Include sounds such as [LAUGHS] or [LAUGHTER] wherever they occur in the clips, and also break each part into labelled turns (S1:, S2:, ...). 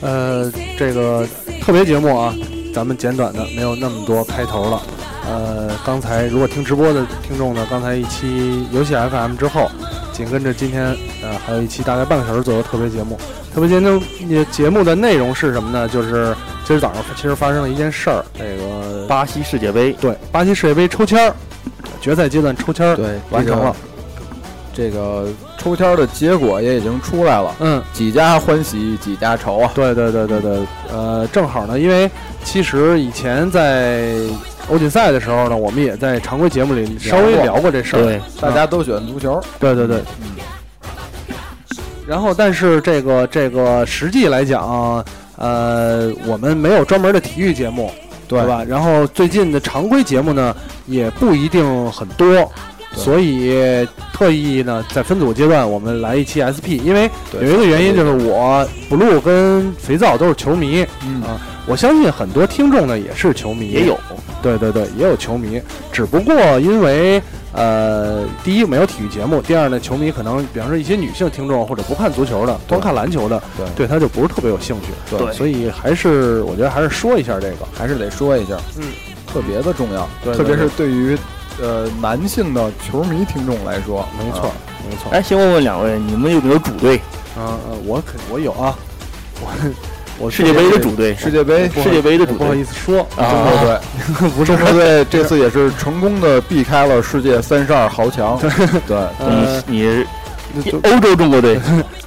S1: 呃特别节目啊，咱们简短的，没有那么多开头了。呃，刚才如果听直播的听众呢，刚才一期游戏 FM 之后，紧跟着今天呃还有一期大概半个小时左右特别节目。特别节目呃节目的内容是什么呢？就是今儿早上其实发生了一件事儿，那个
S2: 巴西世界杯
S1: 对巴西世界杯抽签儿，决赛阶段抽
S3: [LAUGHS]
S1: 签儿
S3: 对，
S1: 完成了。。
S3: 这个抽签儿的结果也已经出来了，
S1: 嗯，
S3: 几家欢喜几家愁啊！
S1: 对对对对对，呃，正好呢，因为其实以前在欧锦赛的时候呢，我们也在常规节目里稍微聊过这事儿。
S2: 对，
S3: 大家都喜欢足球，
S1: 对对对。然后，但是这个这个实际来讲，呃，我们没有专门的体育节目，对
S3: 吧？
S1: 吧？然后最近的常规节目呢，也不一定很多。
S3: 对
S1: 所以特意呢，在分组阶段，我们来一期 SP，因为有一个原因就是我 blue 跟肥皂都是球迷，
S3: 嗯
S1: 啊我相信很多听众呢也是球迷，
S2: 也有
S1: 对对对，也有球迷，只不过因为呃，第一没有体育节目，第二呢，球迷可能比方说一些女性听众或者不看足球的，光看篮球的，
S3: 对
S1: 对他就不是特别有兴趣，
S3: 对
S1: 所以还是我觉得还是说一下这个，
S3: 还是得说一下，
S1: 嗯，
S3: 特别的重要，
S1: 对对
S3: 特别是对于呃男性的球迷听众来说，
S1: 没错、
S3: 啊
S1: 没错，
S2: 哎，先问问两位，你们有没有主队？
S1: 嗯、呃我肯我有啊，我我
S2: 世界杯的主队，
S3: 世界杯，
S2: 世界杯的
S1: 我
S2: 主
S1: 不好
S2: 队
S1: 意思说
S3: 中国 [LAUGHS] 队，
S1: 不是
S3: 中国队这次也是成功的避开了世界三十二豪强，对，
S1: 呃，
S2: 你你
S1: 那
S2: 你
S1: 就
S2: 欧洲中国队，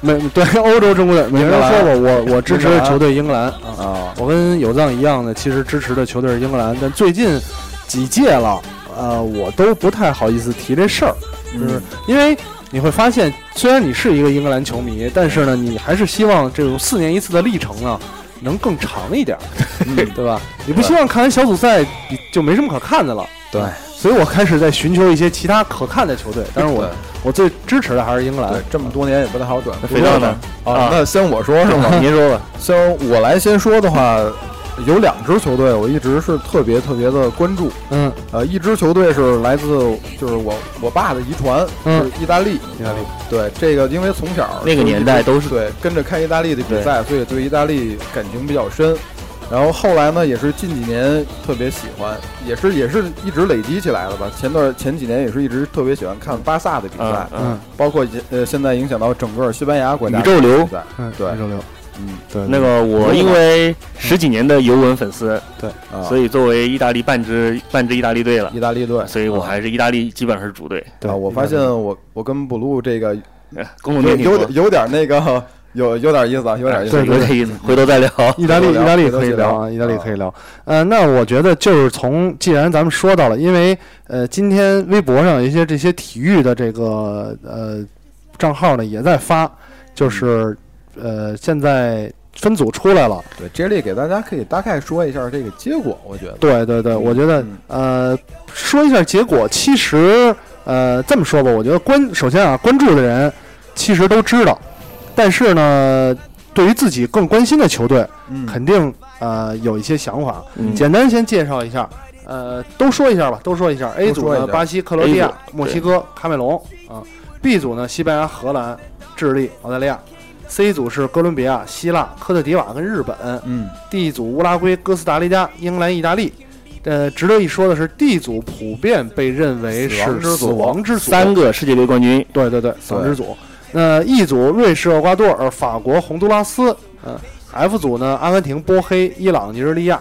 S1: 没 [LAUGHS] 对欧洲中国队，没人
S3: 英格兰
S1: 说我我我支持
S3: 英格兰
S1: 球队英格兰啊。
S3: 啊，
S1: 我跟有藏一样的，其实支持的球队是英格兰，但最近几届了，呃，我都不太好意思提这事儿，就是
S3: 嗯
S1: 因为你会发现，虽然你是一个英格兰球迷，但是呢，你还是希望这种四年一次的历程呢，能更长一点儿，
S3: [LAUGHS]
S1: 对吧？
S3: 嗯
S1: 你不希望看完小组赛你就没什么可看的了，
S3: 对，
S1: 所以我开始在寻求一些其他可看的球队，但是我
S3: 对
S1: 我最支持的还是英格兰
S3: 对，，这么多年也不太好转。
S2: 肥皂呢？
S3: 啊
S2: 啊，
S3: 那先我说是吗？
S2: 您说吧，
S3: 虽然我来先说的话，有两支球队我一直是特别特别的关注。
S1: 嗯，
S3: 呃，一支球队是来自就是我我爸的遗传，
S1: 嗯
S3: 就是意大利。
S1: 意大利
S3: 对这个，因为从小
S2: 那个年代都是
S3: 对跟着看意大利的比赛，所以对意大利感情比较深。然后后来呢，也是近几年特别喜欢，也是也是一直累积起来了吧。前段前几年也是一直特别喜欢看巴萨的比赛，
S1: 嗯
S2: 嗯嗯，
S3: 包括也呃现在影响到整个西班牙国家
S2: 宇宙流
S3: 比赛
S1: 嗯，
S3: 对
S1: 一周六，
S3: 嗯，
S1: 对，
S2: 那个我因为十几年的尤文粉丝，
S3: 啊，
S2: 所以作为意大利半支半支意大利队了，
S3: 意大利队，
S2: 所以我
S3: 啊
S2: 还是意大利基本上是主队。
S1: 对
S3: 啊，我发现我我跟布鲁这个
S2: [LAUGHS] 哎公共电
S3: 有
S2: 梯
S3: 有有点那个有有点意思啊，有点意
S1: 对
S3: 思。
S2: 有点意思，回头再聊。
S1: 意大利，意
S3: 回头聊
S1: 大利
S3: 回头
S1: 可以
S3: 再
S1: 聊
S3: 聊
S1: 啊，意大利可以聊。呃，那我觉得就是从，既然咱们说到了，因为呃，今天微博上有一些这些体育的这个呃账号呢也在发，就是呃现在分组出来了，
S3: 对，这里给大家可以大概说一下这个结果，我觉得。
S1: 对对对，我觉得
S3: 嗯
S1: 呃说一下结果，其实呃这么说吧，我觉得关首先啊关注的人其实都知道，但是呢，对于自己更关心的球队，
S3: 嗯，
S1: 肯定呃有一些想法。
S2: 嗯
S1: 简单先介绍一下，呃，都说一下吧，都说一下。A
S3: 都
S1: 组
S3: 说一下
S1: 呢，巴西、克罗地
S2: A
S1: 亚
S2: 组、
S1: 墨西哥、喀麦隆啊。B 组呢，西班牙、荷兰、智利、澳大利亚。C 组是哥伦比亚、希腊、科特迪瓦跟日本。
S3: 嗯
S1: D 组乌拉圭、哥斯达黎加、英格兰、意大利。呃，值得一说的是，D 组普遍被认为
S3: 死亡
S1: 是
S3: 之组
S1: 死亡之组，
S2: [LAUGHS] 三个世界杯冠军，
S1: 对对对，死亡之组。那 E 组瑞士、厄瓜多尔、法国、洪都拉斯。嗯、f 组呢，阿根廷、波黑、伊朗、尼日利亚。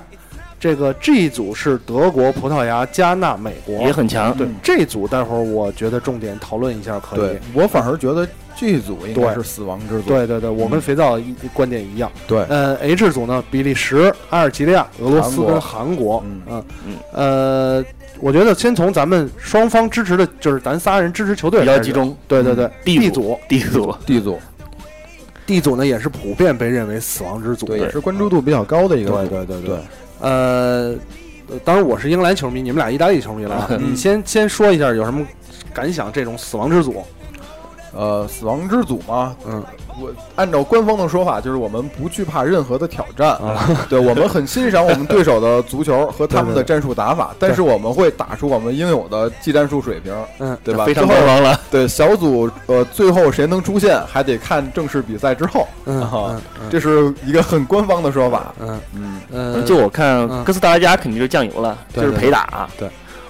S1: 这个 G 组是德国、葡萄牙、加纳、美国
S2: 也。很强。
S1: 对，这组待会儿我觉得重点讨论一下可以
S3: 对。，我反而觉得这组应
S1: 对
S3: 该是死亡之组。
S1: 对对对，
S2: 嗯
S1: 我跟肥皂一观点一样。
S2: 哎
S3: 对，
S1: 呃，H 组呢，比利时、阿尔及利亚、俄罗斯跟韩国，
S3: 韩
S1: 嗯
S2: 嗯
S1: 呃，我觉得先从咱们双方支持的，就是咱仨人支持球队
S2: 比较
S1: 开始
S2: 集中。
S1: 对对对
S2: ，D
S1: ，D
S2: 组
S1: 组
S2: 第一组，
S3: D 组，
S1: ，D 组呢也是普遍被认为死亡之组。
S3: 对，也是关注度比较高的一个
S1: 对
S3: 组。
S1: 对对
S3: 对，
S1: 呃，呃当然我是英格兰球迷，你们俩意大利球迷了啊。
S3: 嗯
S1: 你先先说一下有什么感想？这种死亡之组，
S3: 呃，死亡之组嘛，
S1: 嗯，
S3: 我按照官方的说法，就是我们不惧怕任何的挑战，
S1: 啊
S3: 对我们很欣赏我们对手的足球和他们
S1: 对对
S3: 的
S1: 对
S3: 战术打法，但是我们会打出我们应有的技战术水平，
S1: 嗯，
S3: 对吧？
S2: 非常
S3: 最
S2: 高
S3: 后
S2: 光了。
S3: 对小组呃，最后谁能出现，还得看正式比赛之后，
S1: 嗯
S3: 啊
S1: 嗯嗯
S3: 这是一个很官方的说法。
S1: 嗯
S3: 嗯，
S1: 嗯，
S2: 就我看
S1: 嗯，
S2: 哥斯达黎加肯定就是酱油了，
S1: 对
S2: 就是
S1: 对
S2: 陪打。啊
S1: 对，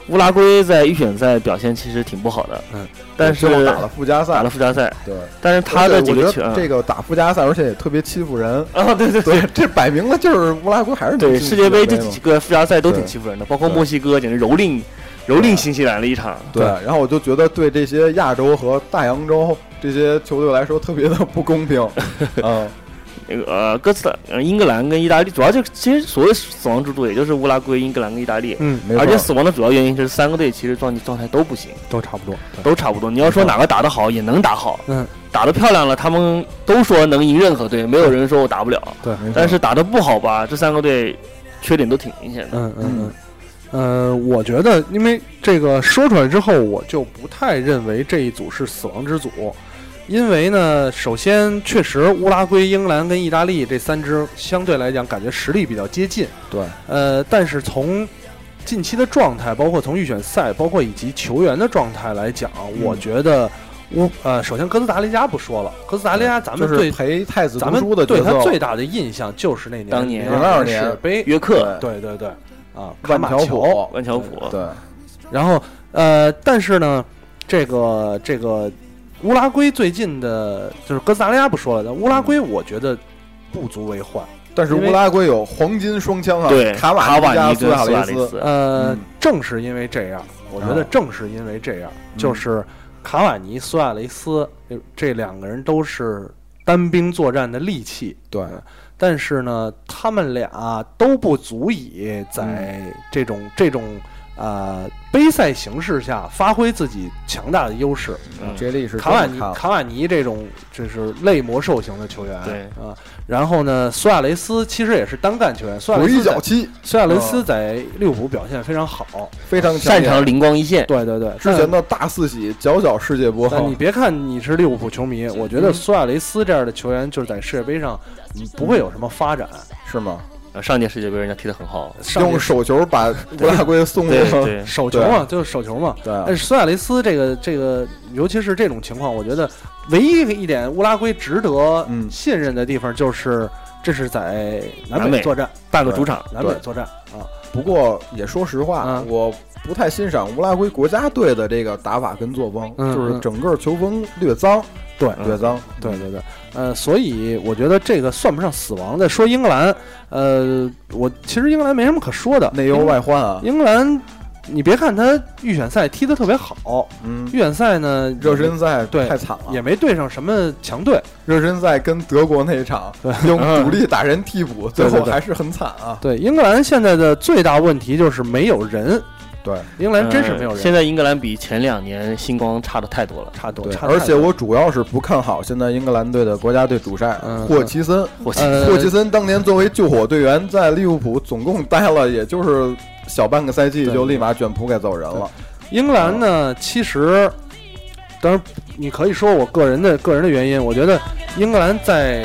S2: 乌拉圭在预选赛表现其实挺不好的，
S1: 嗯，
S2: 但是
S3: 最后打了附加
S2: 打
S3: 赛
S2: 了，附加赛，
S3: 对，
S2: 但是他的
S3: 而且
S2: 几
S3: 我觉
S2: 个
S3: 得
S2: 球，
S3: 这个打附加赛，而且也特别欺负人。
S2: [LAUGHS] 啊，对对对
S3: 对，这摆明了就是乌拉圭还是能
S2: 对，
S3: 进
S2: 世界杯这
S3: 嘛
S2: 几个附加赛都挺
S3: 对
S2: 欺负人的，包括
S3: 对
S2: 墨西哥简直蹂躏蹂躏新西兰了一场。
S3: 对，然后我就觉得对这些亚洲和大洋洲这些球队来说特别的不公
S2: [LAUGHS]
S3: 平。嗯，
S2: 那个呃，哥斯达、呃、英格兰跟意大利，主要就其实所谓死亡之都，也就是乌拉圭、英格兰跟意大利。
S1: 嗯
S3: 没
S2: 而且
S3: 错，
S2: 死亡的主要原因就是三个队其实状状态都不行，
S1: 都差不多，对
S2: 都差不多。你要说哪个打得好，也能打好。
S1: 嗯，
S2: 打得漂亮了，他们都说能赢任何队，没有人说我打不了。
S1: 对，
S3: 没错
S2: 但是打得不好吧，这三个队缺点都挺明显的。
S1: 嗯嗯嗯，呃，我觉得，因为这个说出来之后，我就不太认为这一组是死亡之组，因为呢，首先确实乌拉圭、英格兰跟意大利这三支相对来讲感觉实力比较接近，
S3: 对，
S1: 呃，但是从近期的状态，包括从预选赛，包括以及球员的状态来讲，
S3: 嗯
S1: 我觉得乌呃，首先哥斯达黎加不说了，哥斯达黎加咱们
S3: 嗯就
S1: 最、
S3: 是陪太子
S1: 咱
S3: 读书的
S1: 们对
S3: 角
S1: 他
S3: 色，
S1: 最大的印象就是那年
S2: 当年
S3: 02年
S1: 世界杯
S2: 约克、
S1: 对对对，啊，卡
S3: 万
S1: 马
S3: 条
S1: 乔。
S3: 普，
S2: 万乔普，
S1: 嗯 [LAUGHS]
S3: 对，
S1: 然后呃，但是呢，这个这个乌拉圭最近的，就是哥斯达黎加不说了，但乌拉圭
S3: 嗯
S1: 我觉得不足为患。
S3: 但是
S1: 因为
S3: 乌拉圭有黄金双枪啊，
S2: 对
S3: 卡
S2: 瓦
S3: 尼加、
S2: 尼
S3: 苏
S2: 跟
S3: 亚
S2: 苏亚
S3: 雷
S2: 雷
S3: 斯，
S2: 斯，
S1: 呃
S3: 嗯，
S1: 正是因为这样，我觉得
S3: 哦
S1: 正是因为这样，就
S3: 嗯
S1: 是卡瓦尼、苏亚雷斯这这两个人都是单兵作战的利器。
S3: 对，
S2: 嗯
S1: 但是呢，他们俩都不足以在
S3: 嗯
S1: 这种、这种呃杯赛形势下发挥自己强大的优势。
S2: 嗯
S3: 这里是
S1: 卡瓦尼
S3: 真的看
S1: 卡瓦尼这种就是类魔兽型的球员，
S2: 对
S1: 啊，然后呢，苏亚雷斯其实也是单干球员，苏亚
S3: 了
S1: 雷
S3: 鬼
S1: 斯在
S3: 脚嗯七
S1: 苏亚雷斯在利物浦表现非常好，
S3: 非常强
S2: 擅
S3: 烈
S2: 长灵光一现。
S1: 对对对，
S3: 之前的大四喜角角世界波，
S1: 但你别看你是利物浦球迷，
S3: 嗯
S1: 我觉得苏亚雷斯这样的球员就是在世界杯上嗯不会有什么发展。
S3: 是吗？
S2: 呃上届世界杯人家踢得很好，
S1: 上届
S3: 用手球把乌拉圭
S1: 嗯
S3: 送
S2: 对
S3: 入，
S2: 对，
S1: 手球嘛，就是手球嘛。
S3: 对啊
S1: 但是苏亚雷斯这个这个，尤其是这种情况，我觉得唯一一点乌拉圭值得
S3: 嗯
S1: 信任的地方就是，这是在南
S2: 南
S1: 美
S2: 美
S1: 作战，
S2: 半个主场，
S1: 南美
S3: 对
S1: 作战啊，
S3: 不过也说实话，
S1: 嗯
S3: 我不太欣赏乌拉圭国家队的这个打法跟作风，
S1: 嗯
S3: 就是
S1: 嗯
S3: 整个球风略脏，
S1: 对
S2: 嗯
S3: 略脏，
S1: 对对对，呃，所以我觉得这个算不上死亡。再说英格兰，呃，我其实英格兰没什么可说的，
S3: 内忧外患啊，
S1: 英格兰，你别看他预选赛踢得特别好，
S3: 嗯
S1: 预，选赛呢
S3: 热身啊赛
S1: 对
S3: 太惨了，
S1: 也没对上什么强队。
S3: 热身赛跟德国那一场 [LAUGHS] 用主力打人替补，最
S1: 对对
S3: 后
S1: 对
S3: 还是很惨啊，
S1: 对，英格兰现在的最大问题就是没有人，
S3: 对
S1: 英格兰真是没有
S2: 呃
S1: 人，
S2: 现在英格兰比前两年星光差的太多了，
S1: 差多
S3: 对，
S1: 差太
S3: 而且
S1: 多
S3: 我主要是不看好现在英格兰队的国家队主帅
S1: 嗯
S3: 霍奇森，
S2: 我
S1: 呃
S3: 霍奇森当年作为救火队员在利物浦总共待了也就是小半个赛季，
S1: 对
S3: 就立马卷铺盖走人了，
S1: 英格兰呢，其实，当然你可以说我个人的个人的原因，我觉得英格兰在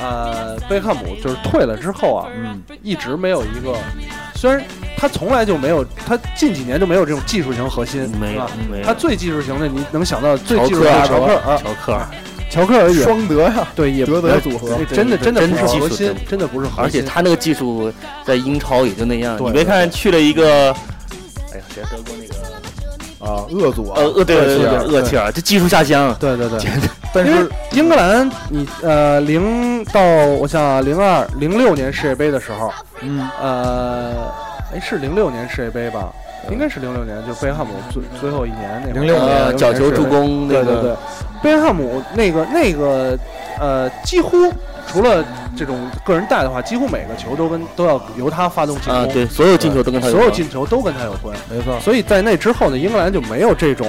S1: 呃贝克汉姆就是退了之后啊，
S3: 嗯。
S1: 一直没有一个，虽然他从来就没有，他近几年就没有这种技术型核心，
S2: 没
S1: 是
S2: 有
S1: 吧？
S2: 没有，
S1: 他最技术型的，你能想到最技术
S2: 对
S1: 型
S2: 啊
S1: 的
S3: 乔克尔，
S2: 乔克尔，
S1: 乔克尔也
S3: 双德呀，
S1: 对也
S3: 德德组合
S1: 哎真的
S2: 对
S1: 真的
S2: 真
S1: 不是
S2: 技术
S1: 核心
S2: 真，
S1: 真的不是核
S2: 而且
S1: 心。
S2: 他那个技术在英超也就那样，
S1: 对
S2: 你别看去了一个，哎呀，谁德国那个
S3: 啊，恶组啊，
S2: 呃厄对对
S3: 切
S2: 对
S3: 尔
S2: 对厄齐尔，啊这技术下乡，
S1: 对对对，
S3: 但
S1: 因为
S3: 是
S1: 英格兰，你呃零到我想啊零二零六年世界杯的时候，
S3: 嗯，
S1: 呃，哎是零六年世界杯吧？应该是零六年，就贝克汉姆最最后一年那会儿
S3: 06年
S2: 呃
S1: 06
S2: 角球
S1: 世界
S2: 助
S1: 杯
S2: 攻那
S1: 对对
S2: 个
S1: 对，贝克汉姆那个那个呃，几乎除了这种个人带的话，几乎每个球都跟都要由他发动进攻，
S2: 啊，对，所有进球都跟他
S1: 所有
S2: 关
S1: 进球都跟他有关。
S3: 没错，
S1: 所以在那之后呢，英格兰就没有这种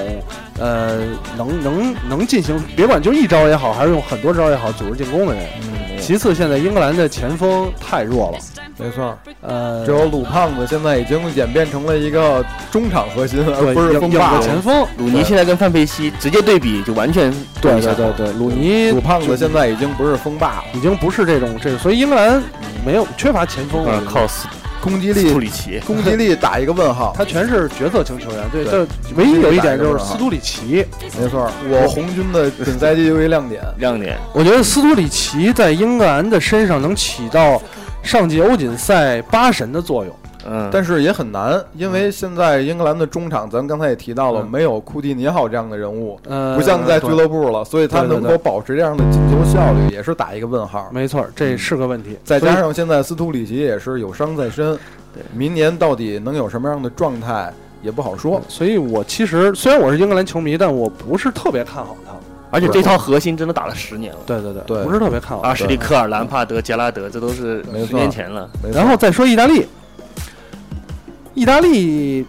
S1: 呃能能能进行，别管就一招也好，还是用很多招也好组织进攻的人。
S3: 嗯，
S1: 其次，现在英格兰的前锋太弱了，
S3: 没错，
S1: 呃，
S3: 只有鲁胖子现在已经演变成了一个中场核心，而
S1: 对
S3: 呃不是
S1: 有
S3: 锋
S1: 有
S3: 霸
S1: 个
S3: 了。
S1: 前锋，
S2: 鲁尼现在跟范佩西直接对比，就完全不
S1: 对
S2: 一
S1: 对
S2: 样
S1: 对对，鲁尼
S3: 鲁胖子现在已经不是锋霸了，
S1: 已经不是这种这个，所以英格兰没有缺乏前锋，
S2: 嗯，靠
S3: 攻击
S2: 斯
S3: 力
S2: 图里奇，
S3: 攻击力打一个问号。
S1: 他全是角色型球员，对，
S3: 对
S1: 这唯一有一点就是斯图里奇，
S3: 没错，我红军的本赛季有一亮点，
S2: 亮点，
S1: 我觉得斯图里奇在英格兰的身上能起到上届欧锦赛八神的作用，
S2: 嗯，
S3: 但是也很难，因为现在英格兰的中场，咱刚才也提到了，
S1: 嗯
S3: 没有库蒂尼奥这样的人物，
S1: 呃，
S3: 不像在俱
S1: 对
S3: 乐部了，所以他
S1: 对对
S3: 能
S1: 对嗯
S3: 否保持这样的进球效率，也是打一个问号。
S1: 没错，这是个问题。
S3: 再
S1: 所以
S3: 加上现在斯图里奇也是有伤在身，
S2: 对
S3: 明年到底能有什么样的状态也不好说。
S1: 所以我其实虽然我是英格兰球迷，但我不是特别看好他们。
S2: 而且这套核心真的打了十年了，
S1: 对对对，啊
S3: 对
S1: 不是特别看好。
S2: 阿什利、科尔、兰帕德、杰拉德，这都是
S3: 没错
S2: 十年前了，
S3: 没错
S1: 然后再说意大利，意大利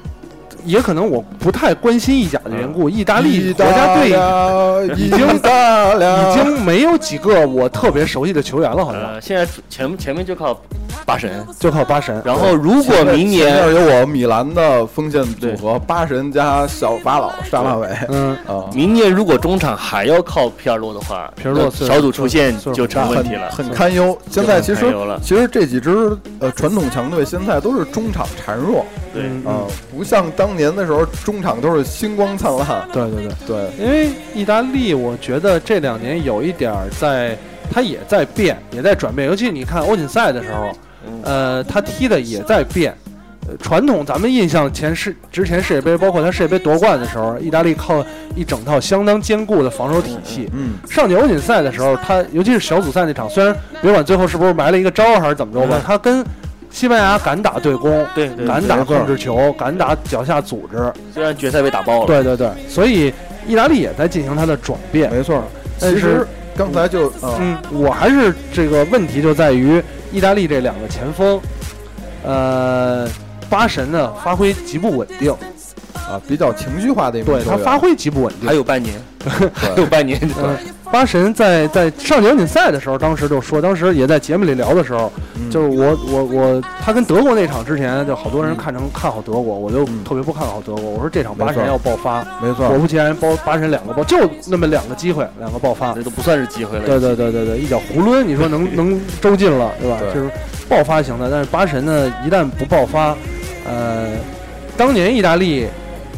S1: 也可能我不太关心意甲的缘故，嗯意大利国家队
S3: 队
S1: 已
S3: 已
S1: 经
S3: 大了，
S1: 已经没有几个我特别熟悉的球员了，好像
S2: 呃，现在前前面就靠八神，
S1: 就靠八神。
S2: 然后如果
S3: 前面
S2: 明
S3: 前
S2: 年
S3: 面有我米兰的锋线组合，八神加小法老沙拉韦
S1: 嗯，
S3: 啊，
S2: 明年如果中场还要靠皮尔洛的话，
S1: 皮尔洛
S2: 那
S1: 岁数
S2: 小组出线
S1: 岁数
S2: 就成
S1: 大
S2: 问题了，
S3: 很堪忧。现在其
S2: 很
S3: 实
S2: 堪忧了
S3: 其实这几支呃传统强队现在都是中场孱弱
S2: 对，
S1: 嗯
S3: 啊，不像当年的时候中场都是星光灿烂。
S1: [LAUGHS] 对对对，
S3: 对，
S1: 因为意大利，我觉得这两年有一点儿在，他也在变，也在转变。尤其你看欧锦赛的时候，
S2: 嗯
S1: 呃，他踢的也在变。呃传统咱们印象前世之前世界杯，包括他世界杯夺冠的时候，意大利靠一整套相当坚固的防守体系。
S3: 嗯，
S1: 上届欧锦赛的时候，他尤其是小组赛那场，虽然别管最后是不是埋了一个招儿还是怎么着吧
S2: 嗯，
S1: 他跟西班牙敢打对攻，
S2: 对对，
S1: 敢
S2: 对
S1: 打
S3: 没错哦
S1: 控制球，敢打脚下组织。
S2: 虽然决赛被打爆了，
S1: 对对对，所以意大利也在进行它的转变。
S3: 没错。
S1: 但
S3: 其实
S1: 是
S3: 刚才就啊，
S1: 嗯，我还是这个问题就在于意大利这两个前锋，呃，巴神呢发挥极不稳定，
S3: 啊，比较情绪化的一名
S1: 对
S3: 球
S1: 他
S3: 员。
S1: 发挥极不稳定
S2: 还。有半年，还
S3: 对
S2: 有半年，
S1: 嗯，巴神在在上届欧锦赛的时候，当时就说，当时也在节目里聊的时候，
S3: 嗯
S1: 就是我我我，他跟德国那场之前，就好多人看成看好德国，我就
S3: 嗯
S1: 特别不看好德国。我说这场巴
S3: 没
S1: 神
S3: 错
S1: 要爆发，
S3: 没错
S1: 果，不其然，包巴神两个爆，就那么两个机会，两个爆发。
S2: 这都不算是机会了，
S1: 对对对对对，一脚囫囵，你说能能周进了，对吧？
S3: 对
S1: 就是爆发型的，但是巴神呢，一旦不爆发，呃，当年意大利，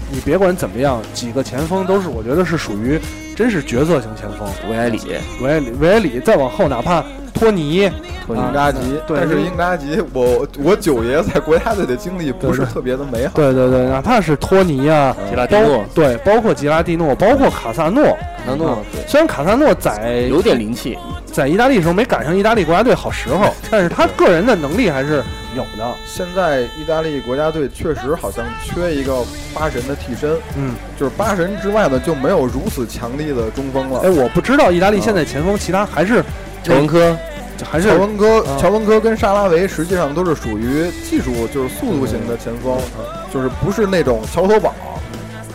S1: 你别管怎么样，几个前锋都是我觉得是属于真是角色型前锋，
S2: 维埃里、
S1: 维埃里维埃里再往后，哪怕托尼，
S2: 托尼
S1: 啊
S3: 英扎吉，
S1: 对
S3: 但是
S1: 因为
S3: 英扎吉，我我九爷在国家队的经历不是
S1: 对对
S3: 特别的美好。
S1: 对对对，哪怕是托尼啊，
S2: 杰拉蒂
S1: 包
S2: 诺、
S1: 对，包括吉拉蒂诺，包括卡萨诺，啊
S2: 卡
S3: 嗯
S2: 纳诺，对，
S1: 虽然卡萨诺在
S2: 有点灵气，
S1: 在意大利的时候没赶上意大利国家队好时
S3: [LAUGHS]
S1: 候，但是他个人的能力还是有的，
S3: 现在意大利国家队确实好像缺一个八神的替身，
S1: 嗯。
S3: 就是八神之外呢就没有如此强力的中锋
S1: 哎，
S3: 了。
S1: 我不知道意大利现在前锋其他还是
S2: 乔文科，
S1: 还是
S3: 乔文科
S1: 啊，
S3: 乔文科跟沙拉维实际上都是属于技术，就是速度型的前锋，
S1: 嗯
S3: 就是不是那种桥头堡。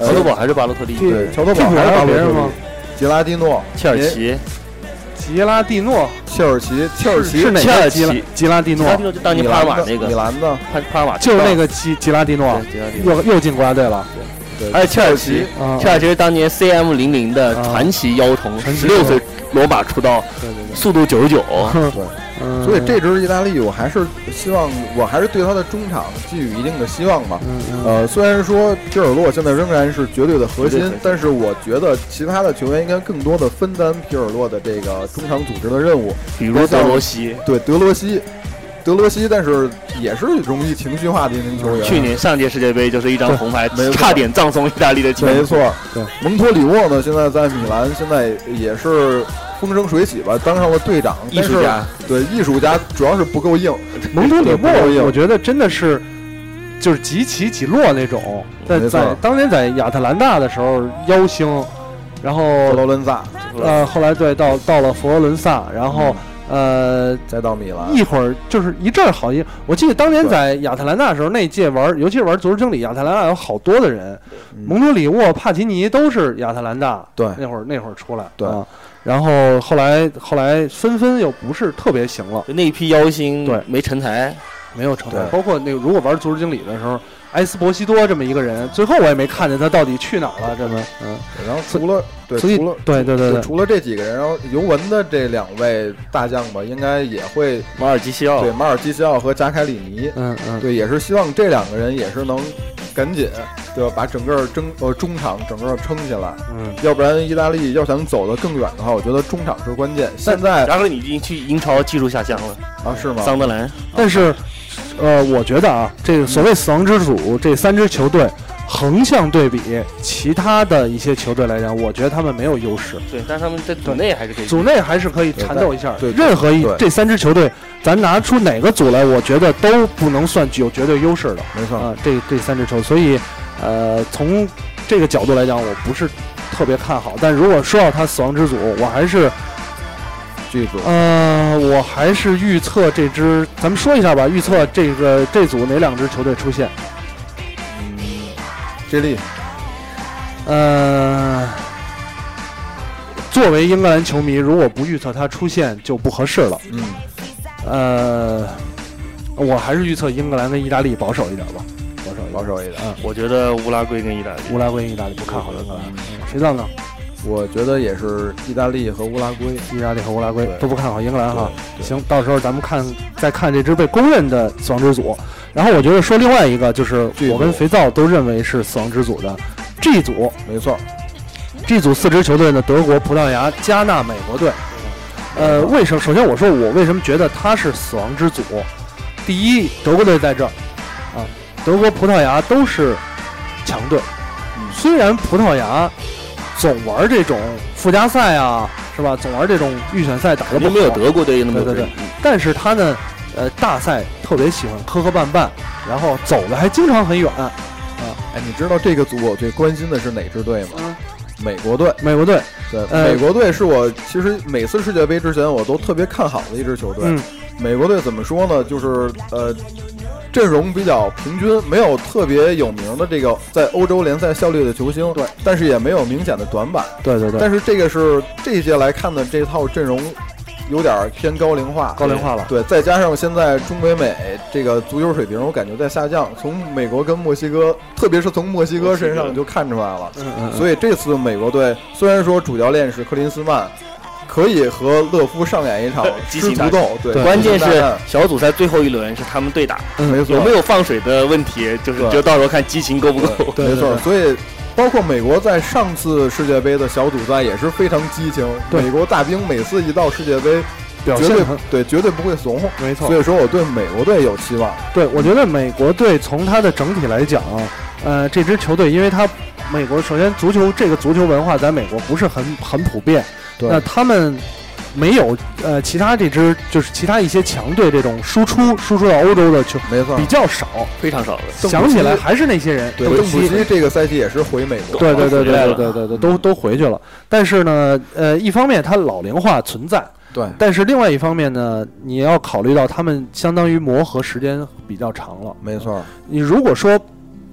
S3: 呃
S2: 乔德堡还是巴洛特利、
S1: 这
S3: 对，桥头
S1: 替
S3: 堡
S1: 补
S3: 还是
S1: 还
S3: 巴
S1: 有
S3: 洛
S1: 别
S3: 特
S1: 人
S3: 利
S1: 吗？
S3: 吉拉蒂诺、
S2: 切尔
S3: 您、
S2: 西、
S1: 吉拉蒂诺
S3: 切尔西、切尔西
S1: 是哪
S2: 切
S1: 个
S2: 尔
S1: 吉拉
S2: 西
S1: 吉拉蒂
S2: 其
S1: 诺
S2: 他？地方就当年
S3: 米
S2: 帕尔马
S3: 兰的
S2: 那
S3: 米
S2: 个，
S3: 兰
S1: 啊
S3: 的，
S2: 帕帕尔马
S1: 就是那个吉吉拉蒂诺，
S2: 对其他地方
S1: 又又进国家队了。
S3: 对
S2: 而且切尔西
S1: 啊，
S2: 切尔西是当年 CM 零零的传奇妖童，
S1: 传奇
S2: 十六岁罗马出道，
S1: 对对
S2: 速度九十九，
S1: 对，
S3: 对。
S1: 嗯
S3: 所以这支意大利，我还是希望，我还是对他的中场寄予一定的希望吧。
S1: 嗯嗯
S3: 呃，虽然说皮尔洛现在仍然是绝对的核
S2: 绝对核
S3: 心
S2: 心，
S3: 但是我觉得其他的球员应该更多的分担皮尔洛的这个中场组织的任务。
S2: 比如德罗西，
S3: 对德罗西，德罗西，但是也是容易情绪化的一名球员。
S2: 去年上届世界杯就是一张红牌
S3: 对没，错
S2: 差点葬送意大利的前
S3: 没
S2: 锋。
S3: 错，
S1: 对，
S3: 蒙托里沃呢，现在在米兰，现在也是风生水起吧，当上了队长，
S2: 艺术
S3: 但是
S2: 家，
S3: 对艺术家主要是不够硬，
S1: 蒙托里
S3: 呃不容易
S1: 沃，我觉得真的是就是几起几落那种，在
S3: 没错
S1: 在当年在亚特兰大的时候妖星，然
S2: 哦
S3: 佛
S1: 后
S3: 罗伦萨，
S1: 呃后来对到到了佛罗伦萨，然后呃
S3: 再到米兰，
S1: 一会儿就是一阵儿好一，我记得当年在亚特兰大的时候，那一届玩，尤其是玩足球经理，亚特兰大有好多的人，
S3: 嗯
S1: 蒙托里沃、帕奇尼都是亚特兰大
S3: 对
S1: 那会儿那会儿出来。
S3: 对
S1: 啊然后后来后来纷纷又不是特别行了，
S2: 就那一批妖星
S1: 对
S2: 没成才，
S1: 没有成才。
S3: 对
S1: 包括那个如果玩足球经理的时候，埃斯伯西多这么一个人，最后我也没看见他到底去哪儿了，这么嗯，
S3: 然后除了对，
S1: 所以
S3: 除了
S1: 对对对
S3: 就
S1: 对，
S3: 除了这几个人，然后尤文的这两位大将吧，应该也会
S2: 马尔基西奥
S3: 对马尔基西奥和扎凯里尼，
S1: 哦嗯嗯，
S3: 对，也是希望这两个人也是能赶紧对吧，把整个争呃中场整个撑起来，
S1: 嗯，
S3: 要不然意大利要想走得更远的话，我觉得中场是关键。现在
S2: 然后你已经去英超技术下乡了，
S3: 啊是吗？
S2: 桑德兰
S1: 但是，呃，我觉得啊，这个所谓死亡之组这三支球队，横向对比其他的一些球队来讲，我觉得他们没有优势。
S2: 对，但是他们在组内还是可以。
S1: 组内还是可以缠斗一下，
S3: 对对
S1: 任何一
S3: 对
S1: 这三支球队，咱拿出哪个组来，我觉得都不能算具有绝对优势的
S3: 没错，
S1: 啊、这这三支球队，所以，呃，从这个角度来讲，我不是特别看好。但如果说到他死亡之组，我还是
S3: 剧组
S1: 呃，我还是预测这支，咱们说一下吧，预测这个这组哪两支球队出现？
S3: 嗯这力
S1: 呃，作为英格兰球迷，如果不预测他出现就不合适了。
S3: 嗯，
S1: 呃，我还是预测英格兰跟意大利保守一点吧，保守一点。
S3: 保守一点。
S2: 我觉得乌拉圭跟意大利，
S1: 乌拉圭、意大利不看好英格兰，谁赞呢？
S3: 我觉得也是意大利和乌拉圭。啊
S1: 意大利和乌拉圭
S3: 对
S1: 都不看好英格兰哈。
S3: 对
S1: 行，到时候咱们看再看这支被公认的死亡之组。然后我觉得说另外一个就是
S3: 这，个
S1: 我跟肥皂都认为是死亡之组的 G 组
S3: 没错，
S1: ，G 组四支球队呢，德国、葡萄牙、加纳、美国队。呃，为什么？首先我说我为什么觉得它是死亡之组？第一，德国队在这儿啊，德国、葡萄牙都是强队。
S3: 嗯
S1: 虽然葡萄牙总玩这种附加赛啊，是吧？总玩这种预选赛打得
S2: 肯
S1: 不
S2: 定没有
S1: 好
S2: 德国队那么
S1: 对对
S2: 多人
S1: 但是他呢，呃，大赛特别喜欢磕磕绊绊，然后走的还经常很远。
S3: 哎，你知道这个组我最关心的是哪支队吗？美国队。
S1: 美国队，
S3: 对，
S1: 嗯呃
S3: 美国队是我其实每次世界杯之前我都特别看好的一支球队。
S1: 嗯
S3: 美国队怎么说呢？就是呃，阵容比较平均，没有特别有名的这个在欧洲联赛效力的球星，对，但是也没有明显的短板。
S1: 对对对，
S3: 但是这个是这一届来看的这套阵容有点偏高龄化，
S1: 高龄化了。
S3: 对，再加上现在中北美这个足球水平，我感觉在下降。从美国跟墨西哥，特别是从墨西哥身上就看出来了。
S1: 嗯嗯嗯
S3: 所以这次美国队虽然说主教练是克林斯曼，可以和勒夫上演一场
S2: 激
S3: 吃
S2: 情
S3: 土豆，对，
S1: 对
S2: 关键
S3: 激情大
S2: 是
S3: 战
S2: 小组赛最后一轮是他们对打，
S1: 嗯
S3: 没错，
S2: 有没有放水的问题，就是
S3: 对
S2: 就到时候看激情够不够。
S1: 对
S3: 没
S1: 对
S3: 错，
S1: 对
S3: 所以包括美国在上次世界杯的小组赛也是非常激情，
S1: 对
S3: 美国大兵每次一到世界杯，
S1: 表
S3: 绝
S1: 现
S3: 对
S1: 很
S3: 对绝对不会怂。
S1: 没错
S3: 所。以说我对美国队有期望，
S1: 对，我觉得美国队从它的整体来讲，呃，这支球队，因为它美国首先足球这个足球文化在美国不是很很普遍，
S3: 对
S1: 那他们没有呃其他这支就是其他一些强队这种输出输出到欧洲的球
S3: 没错
S1: 比。较少，
S2: 非常少的，
S3: 邓普西
S1: 想起来还是那些人，
S3: 对，
S1: 邓
S3: 邓
S1: 普
S3: 普
S1: 西
S3: 西这个赛季也是回美国，
S1: 对对对
S2: 回
S1: 对
S2: 来
S1: 对对
S2: 了
S1: 对对，都都回去了。但是呢，呃，一方面它老龄化存在，
S3: 对
S1: 但是另外一方面呢，你要考虑到他们相当于磨合时间比较长了。
S3: 没错，
S1: 你如果说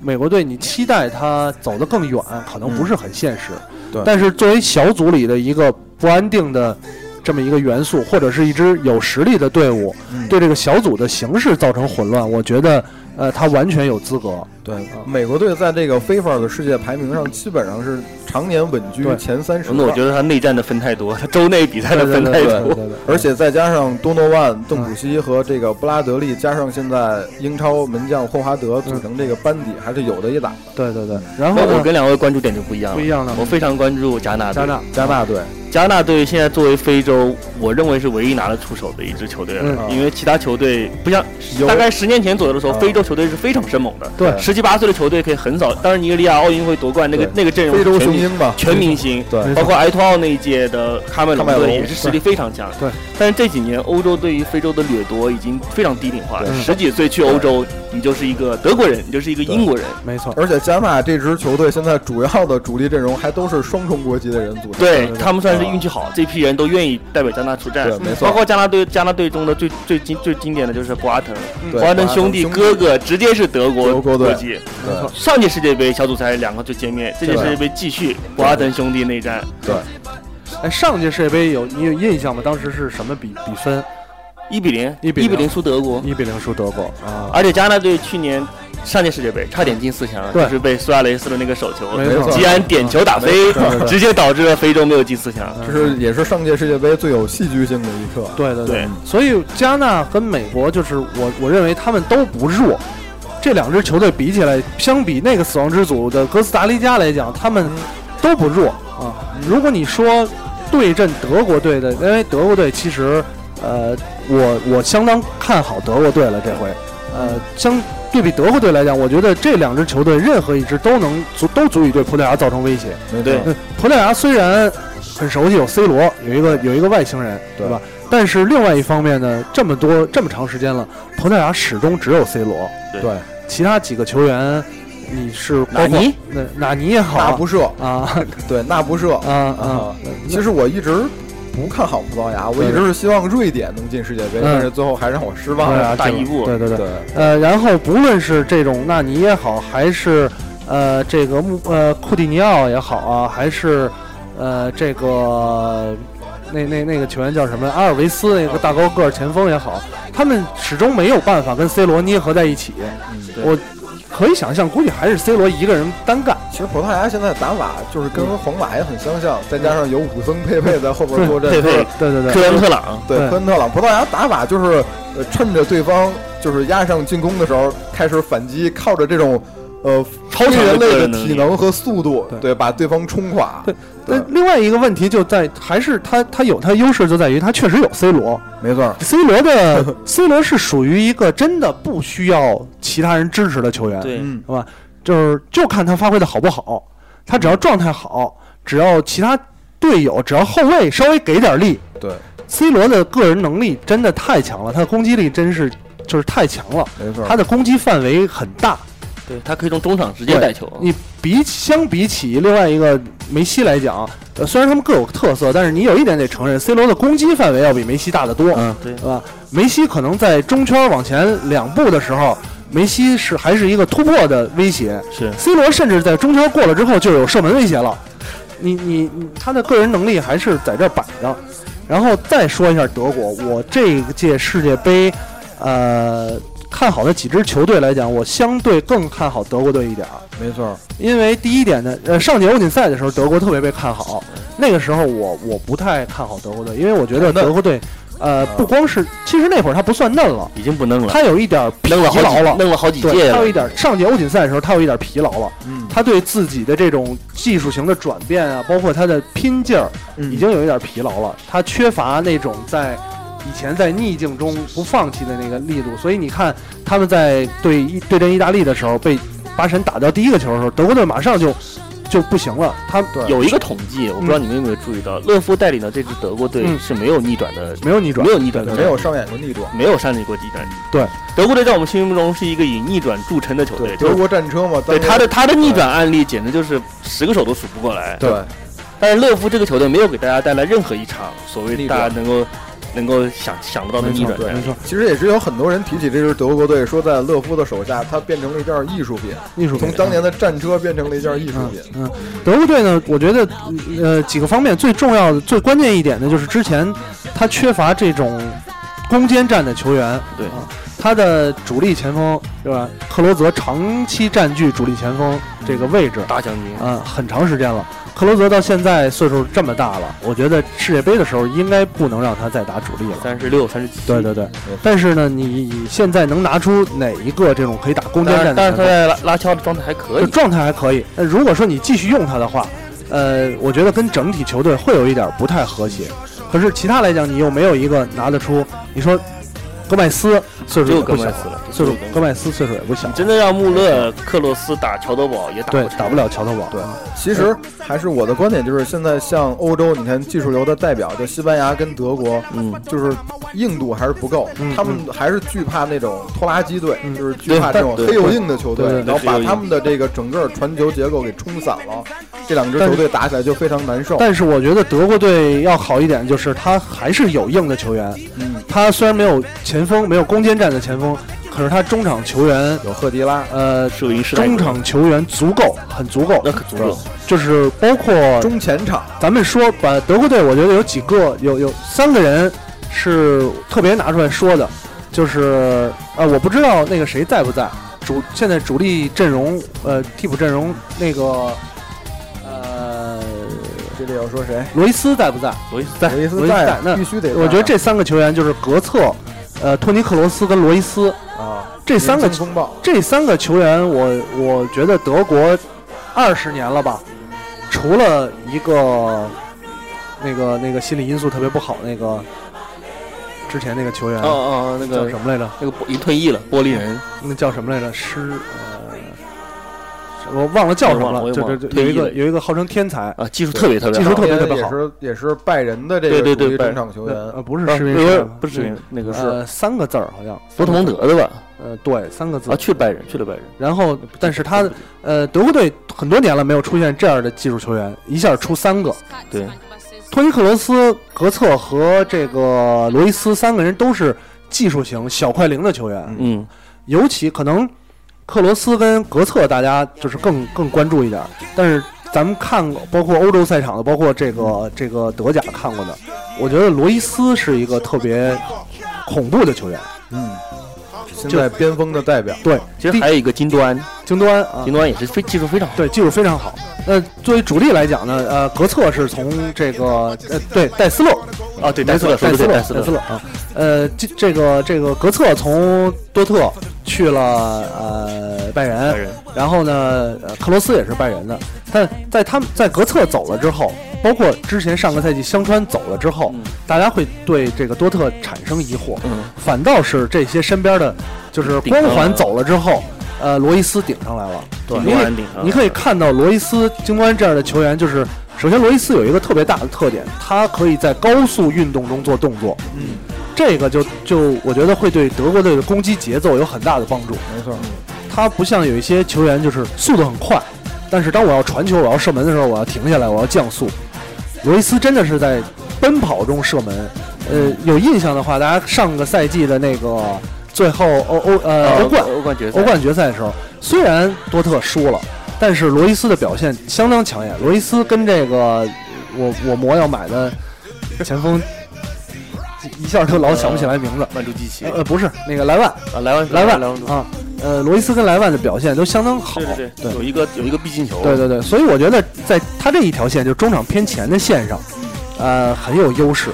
S1: 美国队，你期待他走得更远，可能不是很现实。
S3: 对
S1: 但是作为小组里的一个不安定的这么一个元素，或者是一支有实力的队伍，
S3: 嗯
S1: 对这个小组的形式造成混乱，我觉得，呃，他完全有资格。
S3: 对，美国队在这个 FIFA 的世界排名上基本上是常年稳居
S1: 对
S3: 前三十。
S2: 那我觉得他内战的分太多，他周内比赛的分太
S1: 对对
S2: 多。
S1: 对对对
S3: 而且再加上多诺万、邓
S2: 嗯
S3: 普西和这个布拉德利，加上现在英超门将霍华德
S2: 嗯
S3: 组成这个班底，还是有的一打。
S1: 对对对。然后
S2: 那我
S1: 呢，
S2: 跟两位关注点就不一样
S1: 不一
S2: 了，
S1: 样的
S2: 我非常关注加拿
S1: 加
S2: 大。
S1: 纳，
S3: 加纳队，
S2: 加纳队现在作为非洲，我认为是唯一拿得出手的一支球队了，
S3: 嗯
S2: 因为其他球队不像
S3: 有
S2: 大概十年前左右的时
S1: 嗯
S2: 候，
S3: 啊
S2: 非洲球队是非常生猛的，
S1: 对
S3: 对
S2: 十七八岁的球队可以很早。当然，尼日利亚奥运会夺冠那个
S3: 对
S2: 那个阵容
S3: 非
S2: 是
S3: 洲
S2: 全
S3: 雄
S2: 明
S3: 鹰嘛，
S2: 全明星，
S3: 对
S1: 没错
S2: 包括埃托奥那一届的喀麦隆
S3: 喀麦隆
S2: 队也是实力非常强。
S1: 对，
S2: 但是这几年欧洲对于非洲的掠夺已经非常低龄化，
S3: 对
S2: 十几岁去欧洲，你就是一个德国人，你就是一个英国人。
S1: 没错，
S3: 而且加纳这支球队现在主要的主力阵容还都是双重国籍的人组成。
S2: 对他们算是运气好，这批人都愿意代表加拿大出战
S3: 嗯对，没错
S2: 包括加拿队加拿队中的最最经最经典的就是博阿滕，
S3: 对
S2: 博阿滕兄弟
S3: 弟
S2: 哥哥直接是德国
S3: 德国队
S2: 国籍。
S3: 对
S2: 上届世界杯小组赛两个就见面，这届
S3: 对
S2: 世界杯继续博阿滕兄弟内战。
S3: 对，
S1: 哎，上届世界杯有你有印象吗？当时是什么比比分？
S2: 一比零，
S1: 1比嗯
S2: 比
S1: 0
S2: 零输德国，
S1: 一比零输德国啊！
S2: 而且加拿大队去年上届世界杯差点进四强，
S1: 对
S2: 就是被苏亚雷斯的那个手球，
S1: 没错
S2: 吉安点球打飞
S3: 对对，
S2: [LAUGHS]
S3: 对
S2: 直接导致了非洲没有进四强。
S1: 嗯
S3: 这是也是上届世界杯最有戏剧性的一刻。
S1: 对对
S2: 对，
S1: 所以加纳跟美国就是我我认为他们都不弱，这两支球队比起来，相比那个死亡之组的哥斯达黎加来讲，他们都不弱啊。如果你说对阵德国队的，因为德国队其实呃，我我相当看好德国队了这回，呃，相对比德国队来讲，我觉得这两支球队任何一支都能足都足以对葡萄牙造成威胁。
S3: 没错
S2: 对
S1: 嗯， [LAUGHS] 葡萄牙虽然很熟悉有 C 罗，有一个有一个外星人，对
S3: 对
S1: 吧？但是另外一方面呢，这么多这么长时间了，葡萄牙始终只有 C 罗，
S3: 对，
S1: 其他几个球员，你是
S2: 纳
S1: 包括
S2: 尼
S1: 那纳尼也好
S3: 那
S1: 啊
S3: 不射，
S1: 啊
S3: 对，那不射。
S1: 啊啊
S3: 啊，其实我一直不看好葡萄牙，我一直是希望瑞典能进世界杯，
S1: 嗯
S3: 但是最后还让我失望
S1: 对
S3: 了。
S1: 啊
S2: 大一步
S1: 对对对，
S3: 对，
S1: 呃，然后不论是这种纳尼也好，还是呃这个穆呃库蒂尼奥也好啊，还是呃这个那那那个球员叫什么阿尔维斯那个大高个儿前锋也好，他们始终没有办法跟 C 罗捏合在一起。
S3: 嗯，
S2: 对
S1: 我可以想象，估计还是 C 罗一个人单干。
S3: 其实葡萄牙现在打法就是跟
S1: 嗯
S3: 皇马也很相像，再加上有武僧佩佩在后边坐镇，
S2: 佩佩、
S1: 对对
S2: 科
S1: 对，
S2: 恩特朗，
S3: 对
S1: 对
S3: 科恩特朗，葡萄牙打法就是呃趁着对方就是压上进攻的时候开始反击，靠着这种呃
S2: 超
S3: 非
S2: 强的
S3: 人
S2: 个
S3: 类
S2: 人
S3: 的
S2: 能
S3: 体
S2: 力
S3: 能和速度，
S1: 对
S3: 对，把对方冲垮。
S1: 那另外一个问题就在还是他他有他优势就在于他确实有 C
S2: [LAUGHS]
S1: 罗，
S3: 没错，
S1: C 罗的 C 罗是属于一个真的不需要其他人支持的球员，
S2: 对，
S3: 嗯，
S1: 就是就看他发挥的好不好。他只要状态好，只要其他队友，只要后卫稍微给点力
S3: 对，
S1: ，C 罗的个人能力真的太强了，他的攻击力真是就是太强了，
S3: 没错，
S1: 他的攻击范围很大。
S2: 对他可以从中场直接带球，
S1: 你比起相比起另外一个梅西来讲，呃，虽然他们各有特色，但是你有一点得承认，C 罗的攻击范围要比梅西大得多。
S3: 嗯，
S2: 对
S1: 对吧？梅西可能在中圈往前两步的时候，梅西是还是一个突破的威胁
S2: 是
S1: ，C 罗甚至在中圈过了之后就有射门威胁了。你你你他的个人能力还是在这儿摆着。然后再说一下德国，我这届世界杯，呃，看好的几支球队来讲，我相对更看好德国队一点儿。
S3: 没错，
S1: 因为第一点呢，呃，上届欧锦赛的时候，德国特别被看好。那个时候我我不太看好德国队，因为我觉得
S3: 嫩
S1: 德国队，呃，不光是，其实那会儿他不算嫩了，
S2: 已经不啊弄了，
S1: 他有一点儿疲
S2: 弄了好
S1: 劳
S2: 几
S1: 了，
S2: 弄了好几届
S1: 对，他有
S2: 了
S1: 一，点儿上届欧锦赛的时候，他有一点儿疲劳了，
S3: 嗯，
S1: 他对自己的这种技术型的转变啊，包括他的拼劲儿，
S2: 嗯
S3: 嗯
S1: 已经有一点儿疲劳了，他缺乏那种在。以前在逆境中不放弃的那个力度，所以你看他们在对意对阵意大利的时候，被巴神打掉第一个球的时候，德国队马上就就不行了。他
S3: 对
S2: 有一个统计，我不知道你们有没有注意到，勒夫带领的这支德国队
S1: 嗯
S2: 是没有逆转的，
S1: 没有逆转
S2: 没，有逆转的
S3: 没有上演过逆转。
S2: 没有上演过逆转。
S1: 对，
S2: 德国队在我们心目中是一个以逆转著称的球队，就
S3: 德
S2: 是
S3: 国战车嘛，
S2: 对
S3: 当年
S2: 他的他的逆转案例简直就是十个手都数不过来。
S3: 对
S2: 但是乐福这个球队没有给大家带来任何一场所谓
S3: 逆
S2: 大
S3: 转
S2: 家能够能够想想得到的逆转
S3: 没错
S2: 战
S1: 没。错，
S3: 其实也是有很多人提起这支德国队，说在勒夫的手下，他变成了一件艺术品，
S1: 艺术
S3: 从
S1: 品。
S3: 当年的战车变成了一件艺术
S1: 嗯
S3: 品。
S1: 嗯，德国队呢，我觉得呃几个方面最重要的、最关键一点呢，就是之前他缺乏这种攻坚战的球员，
S2: 对
S1: 啊，他的主力前锋对吧？克罗泽长期占据主力前锋这个位置，
S2: 大将军，
S1: 嗯，很长时间了。克罗泽到现在岁数这么大了，我觉得世界杯的时候应该不能让他再打主力了。
S2: 三十六、三十七。
S1: 对对对，但是呢，你现在能拿出哪一个这种可以打攻坚
S2: 但
S1: 战的前
S2: 是但是他
S1: 锋？
S2: 在拉拉乔的状态还可
S1: 就
S2: 以，
S1: 状态还可以。那如果说你继续用他的话，呃，我觉得跟整体球队会有一点不太和谐。可是其他来讲，你又没有一个拿得出。你说，戈麦斯岁数
S2: 只
S1: 也
S2: 有
S1: 不
S2: 戈
S1: 小
S2: 麦斯了，
S1: 岁数
S2: 只有
S1: 戈
S2: 戈麦斯
S1: 麦斯岁数也不小
S2: 你，真的让穆勒、克洛斯打乔德堡也打
S1: 对
S2: 不，成
S1: 打不。了桥头堡。
S3: 对，其实还是我的观点，就是现在像欧洲，你看技术流的代表，就西班牙跟德国，
S2: 嗯，
S3: 就是硬度还是不够
S1: 嗯，
S3: 他们还是惧怕那种拖拉机队
S1: 嗯，
S3: 就是惧怕这种
S2: 对
S3: 黑又硬的球
S1: 对
S3: 队，
S1: 对
S3: 然后把
S2: 黑又硬
S3: 他们的这个整个传球结构给冲散了，这两支球队打起来就非常难受。
S1: 但是我觉得德国队要好一点，就是他还是有硬的球员。
S3: 嗯，
S1: 他虽然没有前锋，没有攻坚战的前锋，可是他中场球员
S3: 有赫迪拉，
S1: 呃
S2: 是有一个时代
S1: 中场球员足够，很足够，
S2: 那可足够。
S1: 就是包括
S3: 中前场
S1: 咱们说把德国队，我觉得有几个有有三个人是呃特别拿出来说的，就是呃我不知道那个谁在不在主现在主力阵容呃替补阵容那个呃
S3: 这里要说谁？
S1: 罗伊斯在不在？
S2: 罗伊斯在
S3: 罗伊
S1: 罗
S3: 斯
S1: 伊斯
S3: 在
S1: 在那
S3: 啊，必须得在啊。
S1: 我觉得这三个球员就是格策、呃托尼克罗斯跟罗伊斯
S3: 啊，
S1: 这三个
S3: 年轻风暴
S1: 这三个球员我，我觉得德国二十年了吧，除了一个那个那个心理因素特别不好那个之前那个球员、
S2: 哦哦，哦那
S1: 叫
S2: 个
S1: 什么来着？
S2: 那个玻已经退役了，玻璃人
S1: 那叫什么来着？施呃，我忘了叫什么
S2: 我
S1: 了。
S2: 也
S1: 就
S2: 忘了
S1: 就就
S2: 退
S1: 有
S2: 役
S1: 一个
S2: 了
S1: 有一个号称天才，
S2: 啊，技术特别特别
S1: 技
S2: 好
S1: 术特别特别
S3: 也
S1: 好。
S3: 是也是拜仁的这
S2: 对
S3: 个
S2: 对对
S3: 主力
S2: 拜仁
S3: 中场球员
S1: 呃，不是
S2: 啊
S1: 施
S2: 不
S1: 云
S2: 是
S1: 社，
S2: 不是
S1: 嗯
S2: 那个是
S1: 呃，三个字儿好像。
S2: 多特蒙德的吧？
S1: 呃，对，三个字
S2: 啊，。去拜仁，去了拜仁。
S1: 然后，但是他呃，德国队很多年了没有出现这样的技术球员，一下出三个。
S2: 对，
S1: 托尼克罗斯、格策和这个罗伊斯三个人都是技术型小快灵的球员，
S3: 嗯
S2: 嗯，
S1: 尤其可能克罗斯跟格策大家就是更更关注一点，但是咱们看过包括欧洲赛场的，包括这个这个德甲看过的，我觉得罗伊斯是一个特别恐怖的球员，
S3: 嗯，现在边锋的代表
S1: 对，
S2: 其
S1: 第
S2: 实还有一个金端，
S1: 京端啊
S2: 金。端也是非技术非常好。
S1: 对，技术非常好。那作为主力来讲呢，呃，格策是从这个呃，对，戴斯勒，
S2: 啊，对，
S1: 戴
S2: 戴斯勒，说
S1: 戴
S2: 的
S1: 斯
S2: 对，
S1: 勒，
S2: 戴
S1: 戴
S2: 斯
S1: 斯勒
S2: 勒。
S1: 啊，呃，这这个这个格策从多特去了呃拜仁，
S2: 拜仁
S1: 然后呢，呃克罗斯也是拜仁的，但在他们在格策走了之后，包括之前上个赛季香川走了之后，
S2: 嗯
S1: 大家会对这个多特产生疑惑，
S2: 嗯，
S1: 反倒是这些身边的，就是
S2: 顶上
S1: 光
S2: 了
S1: 环走了之后，呃，罗伊斯顶上来了。
S2: 对
S1: 你可
S2: 罗兰
S1: 以
S2: 顶上来
S1: 你可以看到罗伊斯、京端这样的球员，就是首先罗伊斯有一个特别大的特点，他可以在高速运动中做动作。嗯，这个就就我觉得会对德国队的攻击节奏有很大的帮助。
S3: 没错，
S1: 他不像有一些球员就是速度很快，但是当我要传球、我要射门的时候，我要停下来，我要降速。罗伊斯真的是在奔跑中射门。呃，有印象的话，大家上个赛季的那个最后欧欧呃欧冠
S2: 嗯欧冠决赛，
S1: 欧冠决赛的时候，虽然多特输了，但是罗伊斯的表现相当抢眼。罗伊斯跟这个我我魔要买的前锋一下就老想不起来名字，
S2: 曼朱基奇
S1: 呃，不是那个莱万，
S2: 啊，莱万
S1: 莱万
S2: 莱万朱基奇
S1: 啊，呃，罗伊斯跟莱万的表现都相当好，
S2: 对对对，有一个有一个必进球，
S1: 对对对，所以我觉得在他这一条线，就是中场偏前的线上，呃，很有优势。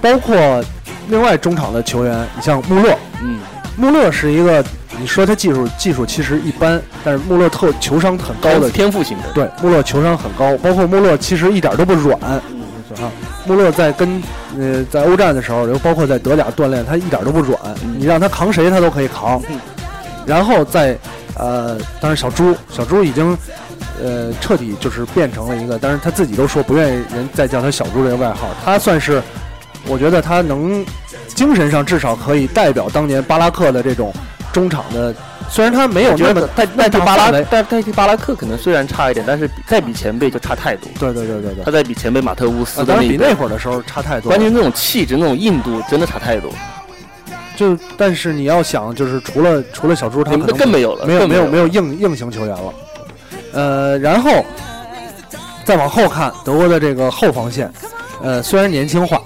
S1: 包括另外中场的球员，你像穆勒，
S2: 嗯，
S1: 穆勒是一个，你说他技术技术其实一般，但是穆勒特球商很高的，
S2: 天赋型的，
S1: 对，穆勒球商很高，包括穆勒其实一点都不软。
S2: 嗯
S1: 啊，穆勒在跟呃在欧战的时候，就包括在德甲锻炼，他一点都不软，
S2: 嗯
S1: 你让他扛谁他都可以扛。然后在呃，当然小猪，小猪已经呃彻底就是变成了一个，但是他自己都说不愿意人再叫他小猪这个外号，他算是我觉得他能精神上至少可以代表当年巴拉克的这种中场的，虽然他没有
S2: 我
S1: 那
S2: 觉
S1: 么
S2: 得代代替
S1: 大
S2: 巴
S1: 范围
S2: 拉，代代替巴拉克可能虽然差一点，但是比再比前辈就差太多。
S1: 对对对对对
S2: 他，再比前辈马特乌斯
S1: 啊
S2: 的
S1: 当然
S2: 那
S1: 比
S2: 一
S1: 那
S2: 代，
S1: 会儿的时候差太多了。
S2: 关键那种气质、那种硬度真的差太多，
S1: 就但是你要想，就是除了除了小猪，他
S2: 你
S1: 可
S2: 们
S1: 能
S2: 嗯更没有了，
S1: 没有
S2: 更
S1: 没
S2: 没
S1: 有没
S2: 有
S1: 有硬硬型球员了。呃，然后再往后看，德国的这个后防线，呃，虽然年轻化，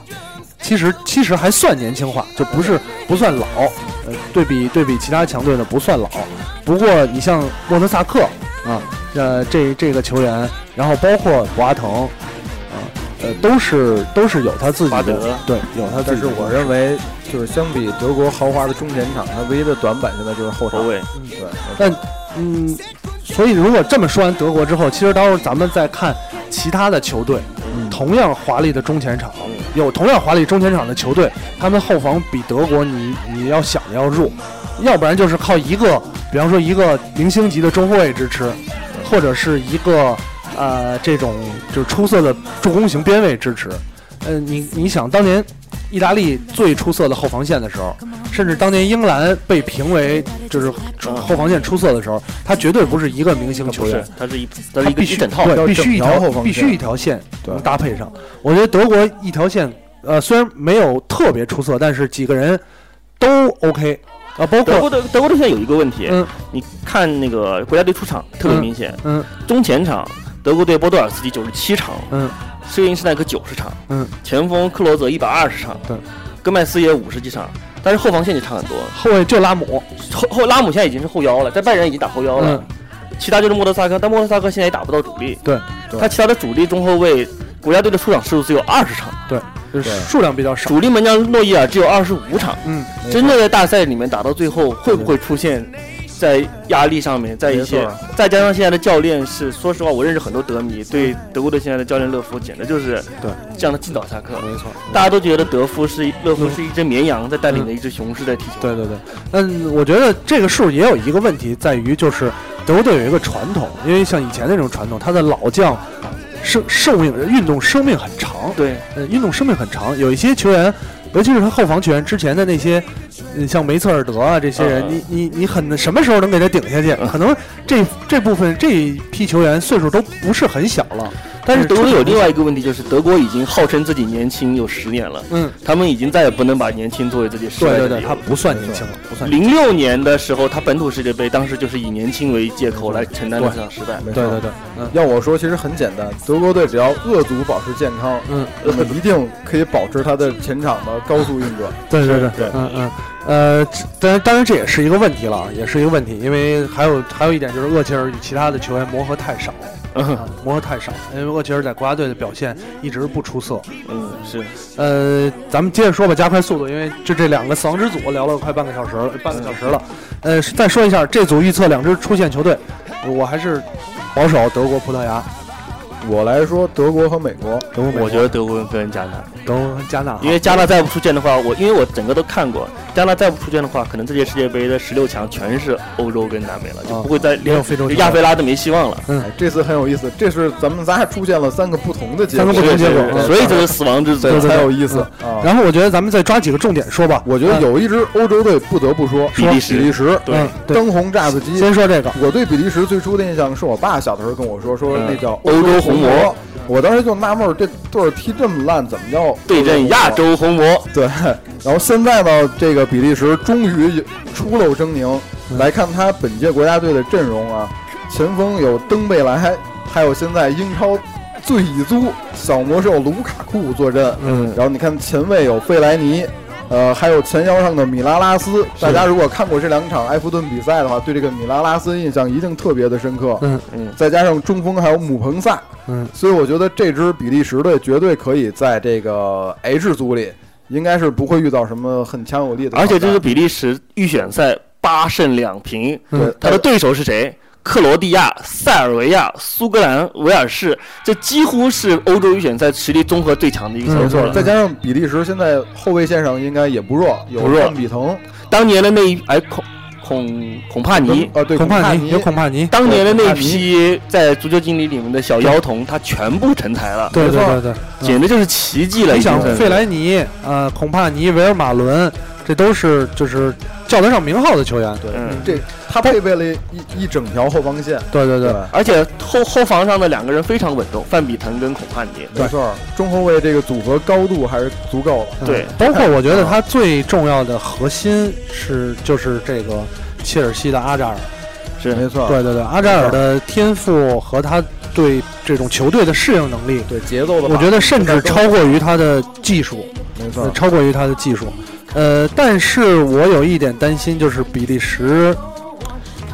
S1: 其实其实还算年轻化，就不是不算老。呃，对比对比其他强队呢，不算老。不过你像莫德萨克啊，呃，这这个球员，然后包括博阿滕。啊，呃，都是都是有他自己
S2: 巴
S1: 的
S2: 德，
S1: 对，有他自
S3: 但
S1: 己
S3: 是
S1: 的。
S3: 我认为就是相比德国豪华的中前场，它唯一的短板现在就是后
S2: 后
S3: 场。
S2: 卫。
S3: 对，
S1: 但嗯，所以如果这么说完德国之后，其实到时候咱们再看其他的球队，同样华丽的中前场，有同样华丽中前场的球队，他们后防比德国你你要想着要弱，要不然就是靠一个，比方说一个明星级的中后卫支持，或者是一个呃这种就是出色的助攻型边卫支持。呃，你你想当年意大利最出色的后防线的时候，甚至当年英格兰被评为就是出后防线出色的时候，他绝对不是一个明星球
S2: 嗯不
S1: 员
S2: 是，，他是一他
S1: 他
S2: 是一个
S1: 必
S2: 一
S1: 须
S2: 整套，
S1: 对，
S3: 要
S1: 必
S3: 整
S1: 须一
S3: 条后
S1: 条
S3: 防
S1: 必
S3: 线
S1: 须一条线
S3: 对
S1: 能搭配上。我觉得德国一条线，呃，虽然没有特别出色，但是几个人都 OK。啊，包
S2: 德
S1: 括
S2: 国的德国队现在有一个问题，
S1: 嗯
S2: 你看那个国家队出场特别明显，
S1: 嗯
S2: 中前场德国队波多尔斯基九十七场，
S1: 嗯，
S2: 施因施耐克九十场，
S1: 嗯，
S2: 前锋克罗泽一百二十场，
S1: 对，
S2: 戈麦斯也五十几场，但是后防线就差很多，
S1: 后卫就拉姆，
S2: 后后拉姆现在已经是后腰了，在拜仁已经打后腰了，
S1: 嗯
S2: 其他就是莫德萨克，但莫德萨克现在也打不到主力，
S1: 对
S3: 对
S2: 他其他的主力中后卫，国家队的出场次数只有二十场，
S1: 就是
S3: 对
S1: 数量比较少。
S2: 主力门将诺伊尔只有二十五场，
S1: 嗯，
S2: 真的在大赛里面打到最后，会不会出现在压力上面，在一
S3: 没
S2: 些
S3: 错
S2: 再加上现在的教练是，说实话，我认识很多德迷，对德国队现在的教练勒夫简直就是
S1: 对
S2: 让他尽早下课。
S1: 没错。
S2: 大家都觉得德夫是一勒夫是一只绵羊在带领着一只雄狮在踢球，
S1: 对对对，嗯，我觉得这个数也有一个问题在于，就是德国队有一个传统，因为像以前那种传统，他的老将生寿命运动生命很长，
S2: 对
S1: 呃，运动生命很长，有一些球员，尤其是他后防球员之前的那些，呃像梅策尔德啊这些人，
S2: 嗯
S1: 你你你很什么时候能给他顶下去？
S2: 嗯
S1: 可能这这部分这一批球员岁数都不是很小了，
S2: 但是德国队有另
S1: 外
S2: 外一个问题，就是德国已经号称自己年轻有十年了，
S1: 嗯，
S2: 他们已经再也不能把年轻作为自己时代
S1: 对
S2: 的
S1: 对
S2: 理
S1: 对，
S2: 由
S1: 他不算年轻了，不算年
S2: 零六年的时候，他本土世界杯当时就是以年轻为借口来承担了这场失败。
S3: 没
S1: 轻，
S3: 错
S1: 对对对，嗯
S3: 要我说，其实很简单，德国队只要遏阻保持健康，
S1: 嗯。
S3: 那么一定可以保持他的前场的高速运转。
S1: 对对对，
S3: 对
S1: 嗯嗯，呃，这当然当然这也是一个问题了，也是一个问题，因为还有还有一点就是厄齐尔与其他的球员磨合太少，
S3: 嗯
S1: 啊、磨合太少，因为厄齐尔在国家队的表现一直不出色。
S2: 嗯，是
S1: 呃，咱们接着说吧，加快速度，因为就这两个死亡之组聊了快半个小时了，半个小时了。呃，再说一下这组预测两支出线球队，我还是保守德国、葡萄牙，
S3: 我来说，德国和美国，
S1: 德国、美国
S2: 我觉得德国跟加拿大，
S1: 德国和加纳哈，啊
S2: 因为加拿大再不出现的话，我因为我整个都看过，加拿大再不出现的话，可能这届世界杯的十六强全是欧洲跟南美了，就不会再
S1: 哦没有
S2: 连
S1: 非洲球
S2: 亚
S1: 队
S2: 非拉都没希望了。
S1: 嗯
S3: 哎，这次很有意思，这是咱们仨出现了三个不同的结
S1: 三
S3: 果
S1: 个，不同结果嗯
S2: 所以这是死亡之组。
S1: 对对嗯
S3: 这才有意思啊。
S1: 然后我觉得咱们再抓几个重点说吧，
S3: 我觉得有一支欧洲队不得不说，
S2: 比利时
S3: 比利时
S2: 对
S1: 嗯、对，
S3: 灯红炸子鸡，
S1: 先说这个。
S3: 我对比利时最初的印象是我爸小的时候跟我说，说
S2: 嗯
S3: 那叫
S2: 欧洲红魔
S3: 魔。我当时就纳闷儿，这队儿踢这么烂，怎么叫
S2: 对阵亚
S3: 欧
S2: 洲红魔，
S3: 洲红魔？ [LAUGHS] 对。然后现在呢，这个比利时终于初露狰狞。
S1: 嗯
S3: 来看他本届国家队的阵容啊，前锋有登贝莱，还有现在英超最蚁租小魔兽卢卡库坐镇。
S1: 嗯，
S3: 然后你看前卫有费莱尼，呃，还有前腰上的米拉拉斯。大家如果看过这两场埃弗顿比赛的话，对这个米拉拉斯印象一定特别的深刻。
S1: 嗯
S2: 嗯
S3: 再加上中锋还有姆彭萨，
S1: 嗯，
S3: 所以我觉得这支比利时队绝对可以在这个 H 组里，应该是不会遇到什么很强有力的挑战。
S2: 而且这是比利时预选赛八胜两平，
S1: 嗯
S3: 对
S2: 他的对手是谁？克罗地亚、塞尔维亚、苏格兰、威尔士，这几乎是欧洲预选赛实力综合最强的一个小
S1: 嗯
S3: 没
S2: 组
S3: 错，
S2: 了。
S3: 再加上比利时现在后卫线上应该也不弱，有
S2: 不弱
S3: 范比滕，
S2: 当年的那一哎孔孔孔帕尼，
S3: 呃，对，
S1: 孔帕
S3: 帕
S1: 尼有孔帕尼，
S2: 当年的
S3: 孔
S2: 那
S3: 帕尼
S2: 批在足球经理里面的小妖童，他全部成才了，
S1: 对
S3: 没
S1: 对
S3: 错
S1: 对对，
S2: 简直就是奇迹了。
S1: 你
S2: 已经
S1: 想
S2: 是
S1: 费莱尼、呃孔帕尼、维尔马伦，这都是就是叫得上名号的球员。对
S2: 嗯，
S3: 这他配备了一一整条后防线，
S1: 对对对，
S3: 吧
S2: 而且后后防上的两个人非常稳重，范比滕跟孔帕尼。
S1: 对
S3: 没错，中后卫这个组合高度还是足够了。
S1: 嗯
S2: 对
S1: 包括我觉得他最重要的核心是就是这个切尔西的阿扎尔。
S2: 是
S3: 没错，
S1: 对对对，阿扎尔的天赋和他对这种球队的适应能力，
S3: 对节奏的把握，
S1: 我觉得甚至超过于他的技术。
S3: 没
S1: 呃
S3: 错，
S1: 超过于他的技术。呃，但是我有一点担心，就是比利时，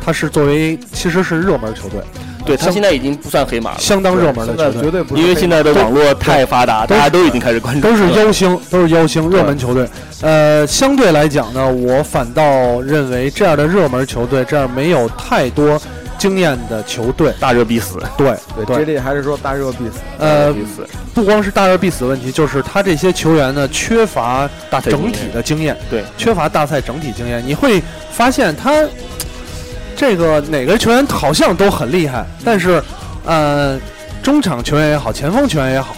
S1: 他是作为其实是热门球队，
S2: 对他现在已经不算黑马了，
S1: 相当热门的
S3: 现在
S1: 球
S3: 绝
S1: 队，
S3: 啊对不是
S2: 因为现在的网络太发达，
S1: 都
S2: 大家都已经开始关注
S1: 都
S2: 了，
S1: 是妖星，都是妖星，热门球队。呃，相对来讲呢，我反倒认为这样的热门球队，这样没有太多经验的球队，
S2: 大热必死，
S1: 对
S3: 对接力还是说大热必死。
S2: 大热
S1: 呃，
S2: 必死。
S1: 不光是大热必死问题，就是他这些球员呢缺乏
S2: 大赛
S1: 整体的经验，
S2: 对，
S1: 缺乏大赛整体经验，你会发现他这个哪个球员好像都很厉害，但是，呃，中场球员也好，前锋球员也好，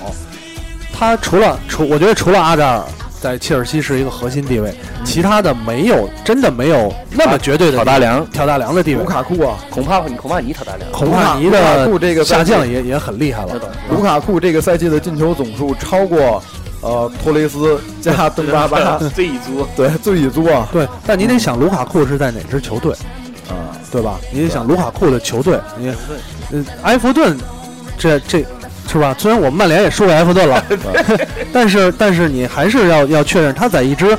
S1: 他除了除我觉得除了阿扎尔在切尔西是一个核心地位，其他的没有真的没有那么绝对的
S2: 挑大梁，
S1: 挑大梁的地位
S3: 卢。卡库啊，
S2: 恐怕恐怕你挑大梁，
S1: 孔帕尼
S3: 卢卡
S1: 的
S3: 库这个
S1: 下
S3: 赛季
S1: [LAUGHS] 降也也很厉害了，
S2: 知道
S3: 卢卡库这个赛季的进球总数超过呃，托雷斯加登巴巴，
S2: 这一组
S3: 对，最乙组啊，
S1: 对，但你得想卢卡库是在哪支球队，
S3: 啊，
S1: 对吧？你得想卢卡库的球队，你，嗯，埃弗顿，这这。是吧？虽然我们曼联也输给埃弗顿了，但是但是你还是要要确认他在一支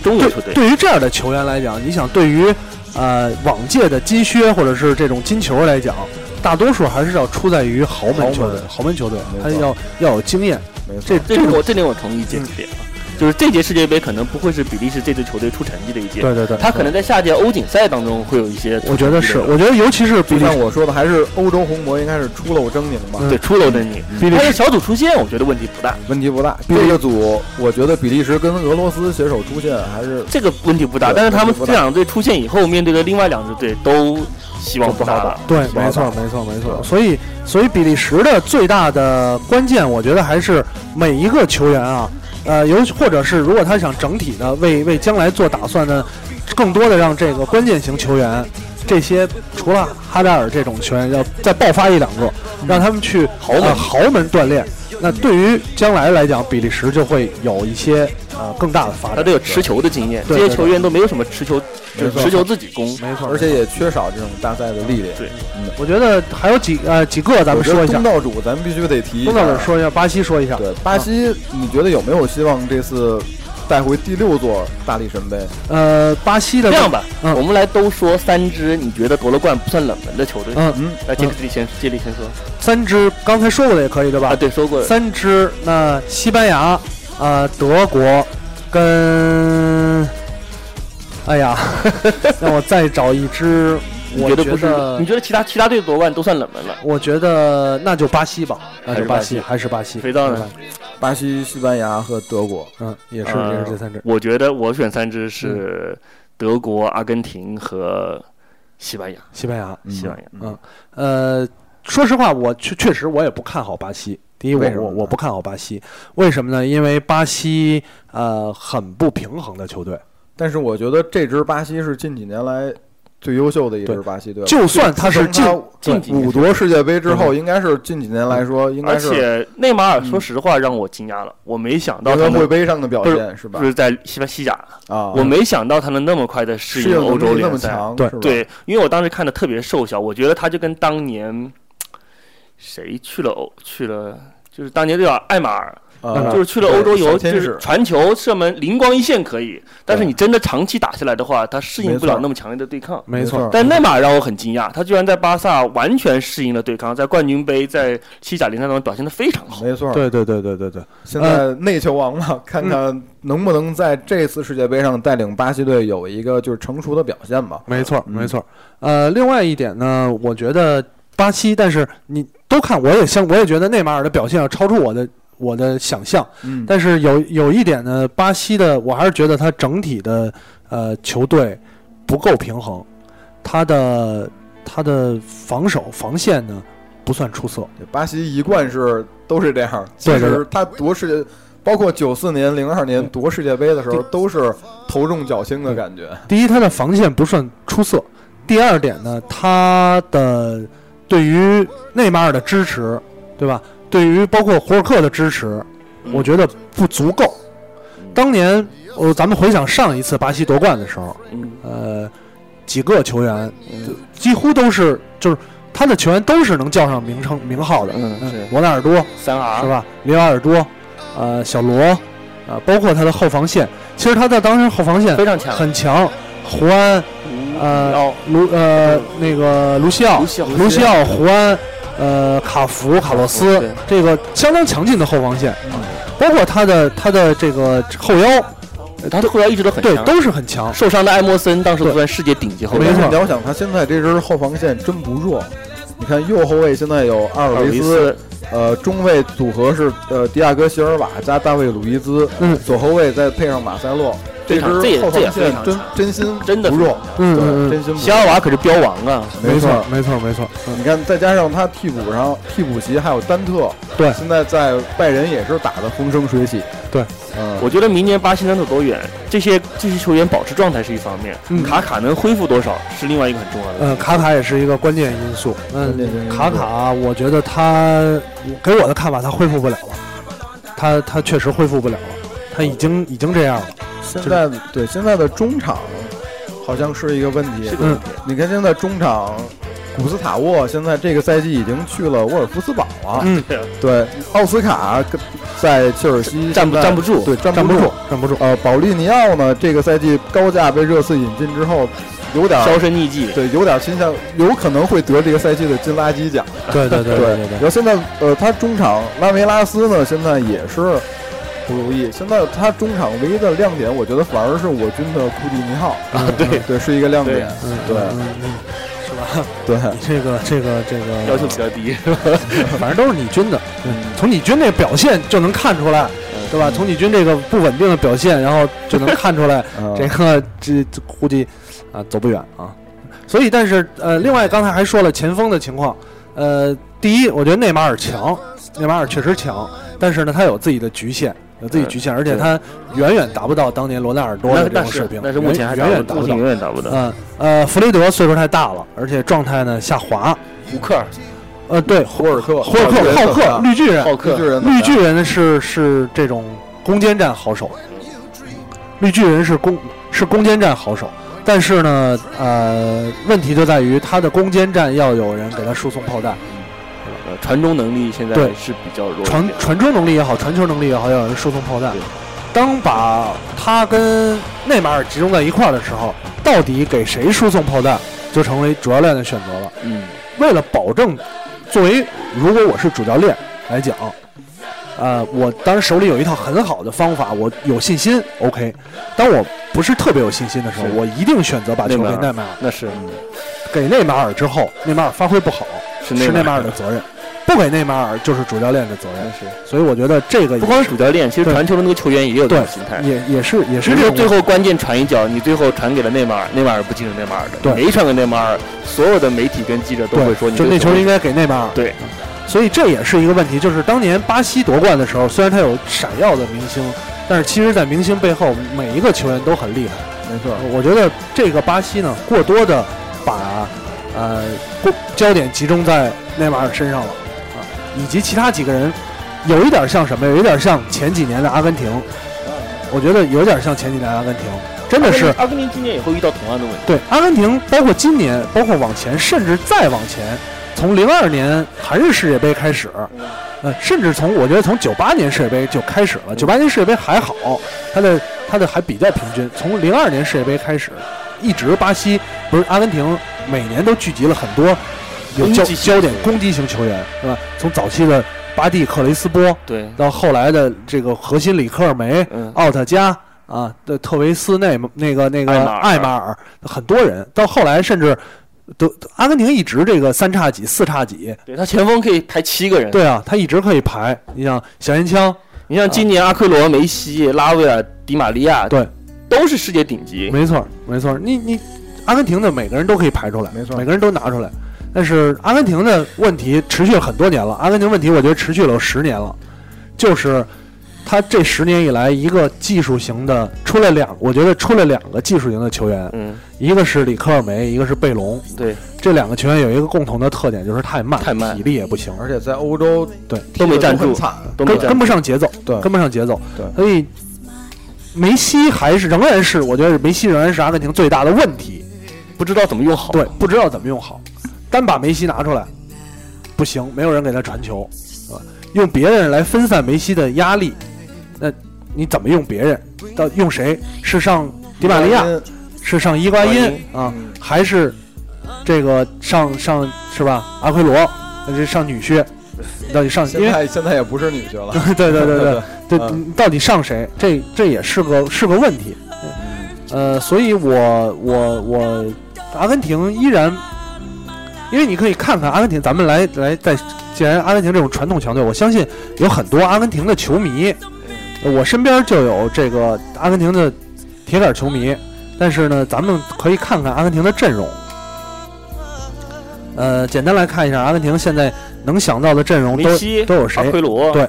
S2: 中国球
S1: 对，
S2: 队，
S1: 对于这样的球员来讲，你想对于呃往届的金靴或者是这种金球来讲，大多数还是要出在于豪门球队
S3: 豪门，
S1: 豪门球队，
S3: 没
S1: 他
S3: 错
S1: 要要有经验。
S3: 没错
S1: 这，
S2: 这
S1: 这
S2: 点
S1: 种
S2: 我这点我同意
S1: 嗯
S2: 这点啊，就是这届世界杯可能不会是比利时这支球队出成绩的一届，
S1: 对对对，
S2: 他可能在下届欧锦赛当中会有一些出成
S1: 我觉
S2: 绩的人，
S1: 得是，我觉得尤其是比
S3: 就
S1: 利
S3: 像我说的，还是欧洲红魔应该是初露狰狞吧，
S1: 嗯
S2: 对出楼的你，
S1: 比利
S2: 他
S1: 时
S2: 是小组出线，我觉得问题不大，
S3: 问题不大。
S1: 利
S3: 这个组，我觉得比利时跟俄罗斯携手出线还是
S2: 这个问题不大。
S3: 对
S2: 但是他们
S3: 问题不
S2: 这
S3: 大
S2: 两支队出线以后，面对的另外两支队都希望不大了。
S1: 对，
S3: 是吧
S1: 没错没错没错。
S3: 对
S1: 所以所以比利时的最大的关键，我觉得还是每一个球员啊，呃，尤其或者是如果他想整体的为为将来做打算呢，更多的让这个关键型球员。这些除了哈扎尔这种球员，要再爆发一两个，
S3: 嗯
S1: 让他们去
S2: 豪门
S1: 呃豪门锻炼。那对于将来来讲，比利时就会有一些呃更大的发
S2: 他
S1: 展
S2: 都。有持球的经验，
S1: 对
S2: 这
S1: 对
S2: 些球员都没有什么持球，就
S3: 没
S2: 是
S3: 错
S2: 持球自己攻。
S1: 没错，
S3: 而且也缺少这种大赛的历练。
S1: 我觉得还有几呃几个，咱们
S3: 我觉
S1: 说
S3: 得
S1: 一下
S3: 东。道主，咱们必须得提一下。
S1: 东道主说一下，巴西说一下。嗯
S3: 对巴西，你觉得有没有希望这次带回第六座大力神杯？
S1: 呃，巴西的
S2: 这样吧，
S1: 嗯
S2: 我们来都说三支你觉得夺了冠不算冷门的球队。
S1: 嗯，
S3: 嗯，
S2: 来，杰克自己先，杰里先说
S1: 三支刚才说过的也可以对吧？
S2: 啊，对，说过了，
S1: 三支那西班牙、呃德国跟，哎呀， [LAUGHS] 让我再找一支，
S2: 你
S1: 我
S2: 觉得不是？
S1: 得
S2: 你觉得其他其他队夺冠都算冷门了？
S1: 我觉得那就巴西吧，那就巴西，
S2: 还
S1: 还是巴西。
S2: 肥皂呢
S1: 还是巴西？
S3: 巴西、西班牙和德国。
S1: 嗯，也是
S2: 呃
S1: 也是这三支。
S2: 我觉得我选三支是
S3: 嗯
S2: 德国、阿根廷和西班牙。
S1: 西班牙，
S2: 西班牙
S3: 嗯
S1: 嗯，呃，说实话，我确确实我也不看好巴西。第一，我
S3: 为什么
S1: 我
S3: 呢
S1: 我不看好巴西，为什么呢？因为巴西呃很不平衡的球队，
S3: 但是我觉得这支巴西是近几年来最优秀的一支
S1: 对
S3: 巴西队了。
S1: 就算他是进
S3: 自从
S2: 近几
S3: 他
S2: 年
S3: 五夺世界杯之后，应该是近几年来说，应
S2: 而
S3: 该是
S2: 且内马尔，说实话让我惊讶了，我没想到他
S3: 联合会
S2: 能
S3: 杯上的表
S2: 不
S3: 现是吧
S2: 就？是在西班西甲，
S3: 啊，
S2: 我没想到他能那么快的适
S3: 适
S2: 应
S3: 应
S2: 欧洲
S3: 能力那
S2: 联
S3: 么
S2: 赛。
S3: 强，
S1: 对
S3: 是吧，
S2: 对，因为我当时看的特别瘦小，我觉得他就跟当年谁去了欧去了，就是当年对吧，艾马尔，
S1: 嗯
S3: 啊
S2: 就是去了欧洲
S3: 对
S2: 游，
S3: 小
S2: 就
S3: 天
S2: 是
S3: 使
S2: 传球、射门灵光一现可以，但是你真的长期打下来的话，他适应
S3: 没
S2: 不了
S3: 错
S2: 那么强烈的对抗。
S1: 没错，
S2: 但内马尔让我很惊讶，他居然在巴萨完全适应了对抗，在冠军杯、在西甲联赛当中表现的非常好。
S3: 没错，
S1: 对对对对对对，
S3: 现在内球王嘛，看看能不能在这次世界杯上带领巴西队有一个就是成熟的表现吧。
S1: 没错
S3: 嗯
S1: 没错。呃，另外一点呢，我觉得巴西，但是你都看，我也相，我也觉得内马尔的表现要超出我的我的想象。
S3: 嗯，
S1: 但是有有一点呢，巴西的我还是觉得他整体的呃球队不够平衡，他的他的防守防线呢不算出色，
S3: 巴西一贯是都是这样，其
S1: 对对
S3: 实他夺世界。包括九四年、零二年夺世界杯的时候，都是头重脚轻的感觉。
S1: 第一，他的防线不算出色；第二点呢，他的对于内马尔的支持，对吧？对于包括胡尔克的支持，
S2: 嗯
S1: 我觉得不足够。当年，呃，咱们回想上一次巴西夺冠的时候，
S2: 嗯
S1: 呃，几个球员呃
S2: 嗯
S1: 几乎都是就是他的球员都是能叫上名称名号的，呃
S2: 嗯是
S1: 罗纳尔多
S2: 三 R
S1: 是？吧？里瓦尔多，呃，小罗，呃，包括他的后防线，其实他在当时后防线
S2: 非常强。
S1: 很强，胡安。呃
S2: 哦，
S1: 卢呃那个卢西奥
S2: 卢、西奥
S1: 卢西奥、胡安、呃卡福、卡洛斯
S2: 对，
S1: 这个相当强劲的后防线，包括他的他的这个后腰，
S2: 他后来一直都很
S1: 对，
S2: 强。
S1: 都是很强。
S2: 受伤的艾默森当时
S1: 对
S2: 不算世界顶级后
S1: 没
S2: 卫
S1: 错
S3: 但是你要想，他现在这支后防线真不弱。你看右后卫现在有阿
S2: 阿
S3: 尔
S2: 尔
S3: 维
S2: 维
S3: 斯，
S2: 斯，
S3: 呃，中卫组合是呃迪亚哥席尔瓦加大卫鲁伊兹，
S1: 嗯
S3: 左后卫再配上马塞洛，
S2: 非常这
S3: 支
S2: 也
S3: 后
S2: 这也
S3: 防
S2: 非
S3: 线
S2: 常
S3: 真
S2: 强
S3: 真心
S2: 真的
S3: 不弱，
S1: 嗯
S3: 对，
S1: 嗯
S3: 真心不
S2: 席
S3: 弱。
S2: 尔瓦可是标王啊！
S1: 嗯，没
S3: 没
S1: 错，没错没错。嗯
S3: 你看再加上他替补上替补席还有丹特，
S1: 对
S3: 现在在拜仁也是打得风生水起，
S1: 对，
S3: 嗯，
S2: 我觉得明年巴西能走多远，这些这些球员保持状态是一方面，
S1: 嗯
S2: 卡卡能恢复多少是另外一个很重要的。
S1: 呃，卡卡也是一个关键因素。
S3: 关键因
S1: 嗯，
S3: 素
S1: 卡卡，我觉得他给我的看法，他恢复不了了。他他确实恢复不了了，他已经已经这样了。
S3: 现在对现在的中场好像是一个问题
S2: 是。
S1: 嗯
S2: 个问题。
S3: 你看现在中场，古斯塔沃现在这个赛季已经去了沃尔夫斯堡了。
S1: 嗯，
S2: 对啊
S3: 对，奥斯卡跟在切尔西
S2: 站不
S3: 现在
S2: 站不住
S3: 对，站
S1: 站不
S3: 住
S1: 住。，站不住。
S3: 呃，保利尼奥呢，这个赛季高价被热刺引进之后，有点
S2: 销声匿迹。
S3: 对，有点倾向，有可能会得这个赛季的金垃圾奖。
S1: 对对对对
S3: 然
S1: 对，
S3: 后现在呃，他中场拉梅拉斯呢，现在也是不如意。现在他中场唯一的亮点，我觉得反而是我军的库蒂尼奥，
S1: 啊
S2: 对，
S3: 对，是一个亮点。
S1: 嗯
S3: 对
S1: 嗯嗯，是吧？
S3: 对，
S1: 你这个这个这
S2: 要求
S1: 个，
S2: 比较低，
S1: 嗯
S2: [LAUGHS]
S1: 反正都是你军的，从你军这表现就能看出来，对吧？从你军这个不稳定的表现，然后就能看出来，
S3: 嗯
S1: 这个这这估计啊走不远啊。所以，但是呃，另外刚才还说了前锋的情况，呃，第一，我觉得内马尔强，内马尔确实强，但是呢，他有自己的局限，有自己局限，而且他远远达不到当年罗纳尔多的
S2: 那
S1: 这
S2: 那
S1: 种水
S2: 是
S1: 平，
S2: 那是目前还
S1: 远远远达
S2: 不
S1: 不
S2: 目
S1: 到
S2: 前。永远达不到。
S1: 嗯呃，弗雷德岁数太大了，而且状态呢下滑。
S2: 胡克尔、
S1: 呃，对，
S3: 霍尔克，啊
S1: 霍尔克、浩克、绿巨人，
S2: 浩
S3: 绿巨
S2: 克，
S3: 人，
S1: 绿巨人是是这种攻坚战好手，绿巨人是攻是攻坚战好手，但是呢，呃，问题就在于他的攻坚战要有人给他输送炮弹，
S2: 呃，传中能力现在
S1: 对
S2: 是比较弱一
S1: 传
S2: 点。
S1: 传中能力也好，传球能力也好，要有人输送炮弹
S2: 对。
S1: 当把他跟内马尔集中在一块儿的时候，到底给谁输送炮弹，就成为主教练的选择了。
S2: 嗯，
S1: 为了保证，作为如果我是主教练来讲，呃，我当然手里有一套很好的方法，我有信心，OK。当我不是特别有信心的时候，
S2: 是
S1: 我一定选择把球给
S2: 内马尔
S1: 内马尔，
S2: 那是
S1: 嗯给内马尔之后，内马尔发挥不好
S2: 是
S1: 是内马
S2: 马
S1: 尔的，责任，不给内马尔就是主教练的责
S2: 那
S1: 任。
S2: 是
S1: 所以我觉得这个也
S2: 嗯不光是主教练，其实
S1: 对
S2: 传球的那个球员也有这
S1: 对
S2: 种心态。
S1: 也也是也是
S2: 只是
S1: 这种
S2: 最后关键传一脚，你最后传给了内马尔，内马尔不进入内马尔的，
S1: 对
S2: 每一传给内马尔，所有的媒体跟记者都会
S1: 对，
S2: 说你
S1: 就那球应
S2: 该
S1: 该给内马尔。
S2: 对，
S1: 所以这也是一个问题，就是当年巴西夺冠的时候，虽然他有闪耀的明星，但是其实，在明星背后每一个球员都很厉害。
S3: 没错，
S2: 嗯
S1: 我觉得这个巴西呢，过多的把呃过焦点集中在内马尔身上了啊，以及其他几个人，有一点像什么？有一点像前几年的阿根廷，我觉得有点像前几年的阿根廷，真的是
S2: 阿根廷今年也会遇到同样的问题，
S1: 对，阿根廷包括今年，包括往前，甚至再往前，从零二年韩日世界杯开始，呃，甚至从我觉得从九八年世界杯就开始了。九八年世界杯还好，它的它的还比较平均。从零二年世界杯开始，一直巴西不是阿根廷每年都聚集了很多有焦
S2: 攻击型
S1: 焦点
S2: 球员
S1: 攻击型球员，是吧？从早期的巴蒂、克雷斯波，
S2: 对，
S1: 到后来的这个核心里克尔梅，
S2: 嗯，
S1: 奥特加啊的特维斯内那个那个
S2: 艾马尔
S1: 艾马尔很多人，到后来甚至都阿根廷一直这个三叉戟四叉戟，
S2: 对他前锋可以排七个人，
S1: 对啊，他一直可以排。你像小烟枪，
S2: 你像今年阿奎罗、梅西、拉威尔、迪玛利亚，
S1: 对，
S2: 都是世界顶级，
S1: 没错没错，你你阿根廷的每个人都可以排出来，
S3: 没错
S1: 每个人都拿出来。但是阿根廷的问题持续了很多年了，阿根廷问题我觉得持续了有十年了，就是他这十年以来一个技术型的出了两，我觉得出了两个技术型的球员，
S2: 嗯，
S1: 一个是里克尔梅，一个是贝隆，
S2: 对，
S1: 这两个球员有一个共同的特点，就是太慢，嗯
S2: 太慢
S1: 体力也不行，
S3: 而且在欧洲
S1: 对，
S2: 都没站
S3: 踢得
S2: 住
S3: 很，惨，
S2: 都没
S1: 跟
S2: 站
S1: 跟
S2: 住，
S1: 不上节奏，
S3: 对
S1: 跟不上节奏。
S3: 对
S1: 所以梅西还是仍然是，我觉得梅西仍然是阿根廷最大的问题，
S2: 不知道怎么用好，
S1: 对，不知道怎么用好。单把梅西拿出来不行，没有人给他传球，啊，用别人来分散梅西的压力，那你怎么用别人？到用谁？是上迪玛利亚，是上伊瓜因啊，
S3: 嗯
S1: 还是这个上上是吧？阿奎罗，那是上女婿，到底上？因
S3: 现
S1: 为。
S3: 在现在也不是女婿了
S1: [LAUGHS] 对对对对对，
S3: [LAUGHS] 嗯
S1: 你到底上谁？这这也是个是个问题。呃，所以我我我，阿根廷依然，因为你可以看看阿根廷，咱们来来在，既然阿根廷这种传统强队，我相信有很多阿根廷的球迷，我身边就有这个阿根廷的铁杆球迷，但是呢，咱们可以看看阿根廷的阵容。呃，简单来看一下阿根廷现在能想到的阵容
S2: 梅
S1: 都
S2: 西啊
S1: 都有
S2: 阿
S1: 谁？
S2: 奎罗，
S1: 对，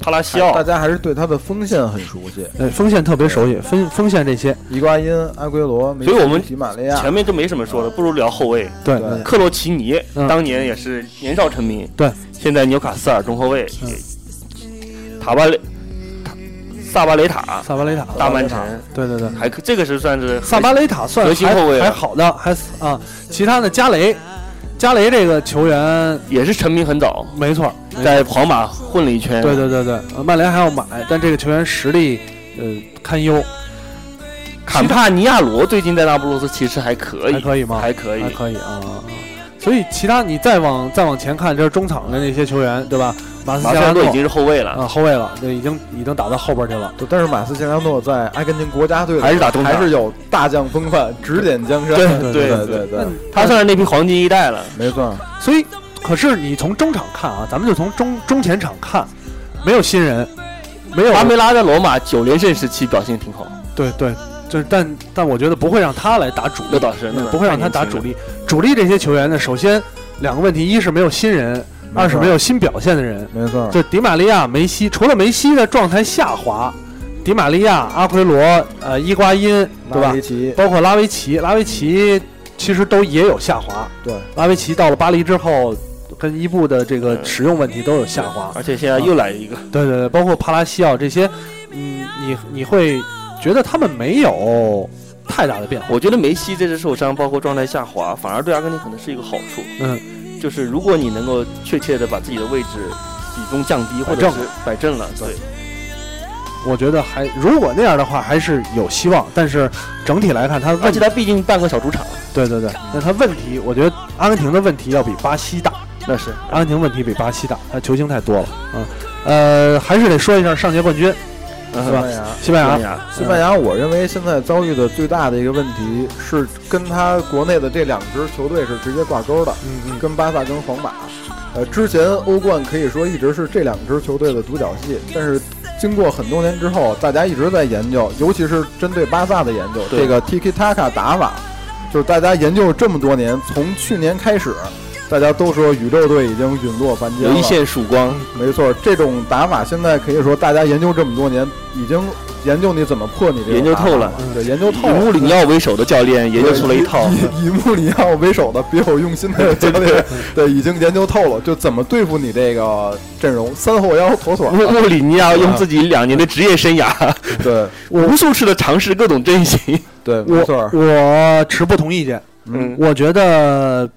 S2: 帕拉西
S3: 大
S2: 奥，
S3: 家还是对他的锋线很熟悉，
S1: 呃，锋线特别熟悉，锋锋线这些，
S3: 伊瓜因、阿圭罗，梅西
S2: 所以我们
S3: 迪玛利亚，
S2: 前面都没什么说的，不如聊后卫。
S1: 对
S3: 对
S1: 嗯
S2: 克罗齐尼
S1: 嗯
S2: 当年也是年少成名，
S1: 对，
S2: 现在纽卡斯尔中后卫
S1: 嗯，
S2: 塔巴雷萨巴雷塔、
S1: 萨巴雷塔，
S2: 大曼城，
S1: 对对对，
S2: 还可这个是算是
S1: 萨巴雷塔算
S2: 核心
S1: 还
S2: 后卫啊
S1: 还好的，还啊，其他的加雷，加雷这个球员
S2: 也是成名很早，
S1: 没错，没错
S2: 在皇马混了一圈。
S1: 对对对对，呃曼联还要买，但这个球员实力呃堪忧，
S2: 坎帕尼亚罗最近在那不勒斯其实还可
S1: 还
S2: 以，
S1: 可以吗？
S2: 还可以
S1: 还。可以啊。啊啊所以其他你再往再往前看，这是中场的那些球员，对吧？马斯
S2: 马
S1: 切
S2: 塞
S1: 拉
S2: 尔
S1: 诺
S2: 诺已经是后卫了，
S1: 啊后卫了，对，已经已经打到后边去了。
S3: 对但是马斯切拉诺在阿根廷国家队的时候
S2: 还是打中场
S3: 还是有大将风范，指点江山。
S1: 对
S2: 对
S3: 对对
S1: 那
S3: 对，
S2: 他算是那批黄金一代了。
S3: 没错。
S1: 所以，可是你从中场看啊，咱们就从中中前场看，没有新人，没有
S2: 阿梅拉在罗马九连胜时期表现挺好，
S1: 对对，就是但但我觉得不会让他来打主
S2: 那
S1: 力，
S2: 倒是，那
S1: 嗯不会让他打主。力。主力这些球员呢，首先两个问题，一是没有新人，二是没有新表现的人。
S3: 没错，
S1: 就迪玛利亚、梅西，除了梅西的状态下滑，迪玛利亚、阿奎罗、呃伊瓜因，对
S3: 拉
S1: 吧
S3: 维？奇
S1: 包括拉维奇，拉维奇其实都也有下滑。
S3: 对，
S1: 拉维奇到了巴黎之后，跟伊布的这个
S2: 嗯
S1: 使用问题都有下滑。
S2: 而且现在又来一个，
S1: 对对对，包括帕拉西奥这些，嗯，你你会觉得他们没有太大的变化。
S2: 我觉得梅西这次受伤，包括状态下滑，反而对阿根廷可能是一个好处。
S1: 嗯，
S2: 就是如果你能够确切的把自己的位置比重降低，或者是摆正了，对，
S1: 我觉得还如果那样的话，还是有希望。但是整体来看，他
S2: 而
S1: 问
S2: 且他毕竟半个小主场，
S1: 对对对，那他问题，我觉得阿根廷的问题要比巴西大。
S2: 那是
S1: 阿根廷问题比巴西大，他球星太多了啊、嗯。呃，还是得说一下上届冠军
S2: 嗯
S1: 是
S3: 西
S1: 吧
S3: 班牙。
S1: 西班牙
S2: 西班。牙
S3: 西班牙，我认为现在遭遇的最大的一个问题是跟他国内的这两支球队是直接挂钩的，
S1: 嗯嗯，
S3: 跟巴萨跟皇马。呃，之前欧冠可以说一直是这两支球队的独角戏，但是经过很多年之后，大家一直在研究，尤其是针对巴萨的研究，
S2: 对
S3: 这个 Tiki Taka 打法，就是大家研究了这么多年，从去年开始，大家都说宇宙队已经陨落凡
S1: 啊
S3: 间
S2: 有
S3: 了，
S2: 一线曙光，
S3: 没错，这种打法现在可以说大家研究这么多年，已经研究你怎么破你这
S2: 研
S3: 个
S2: 究
S3: 打法
S2: 透了
S3: 了，对，研究
S2: 以
S3: 透了。
S2: 穆里尼奥为首的教练研究出了一套
S3: 对以以以穆里尼奥为首的别有用心
S1: [LAUGHS]
S3: 的教练，对，已经研究透了，就怎么对付你这个阵容，三后腰妥妥
S2: 穆
S3: 的。
S2: 穆里尼奥用自己两年的职业生涯，
S3: 对
S2: 无数次的尝试各种阵型。
S3: 对，没错
S1: 我，我持不同意见。
S2: 嗯，
S1: 我觉得，呃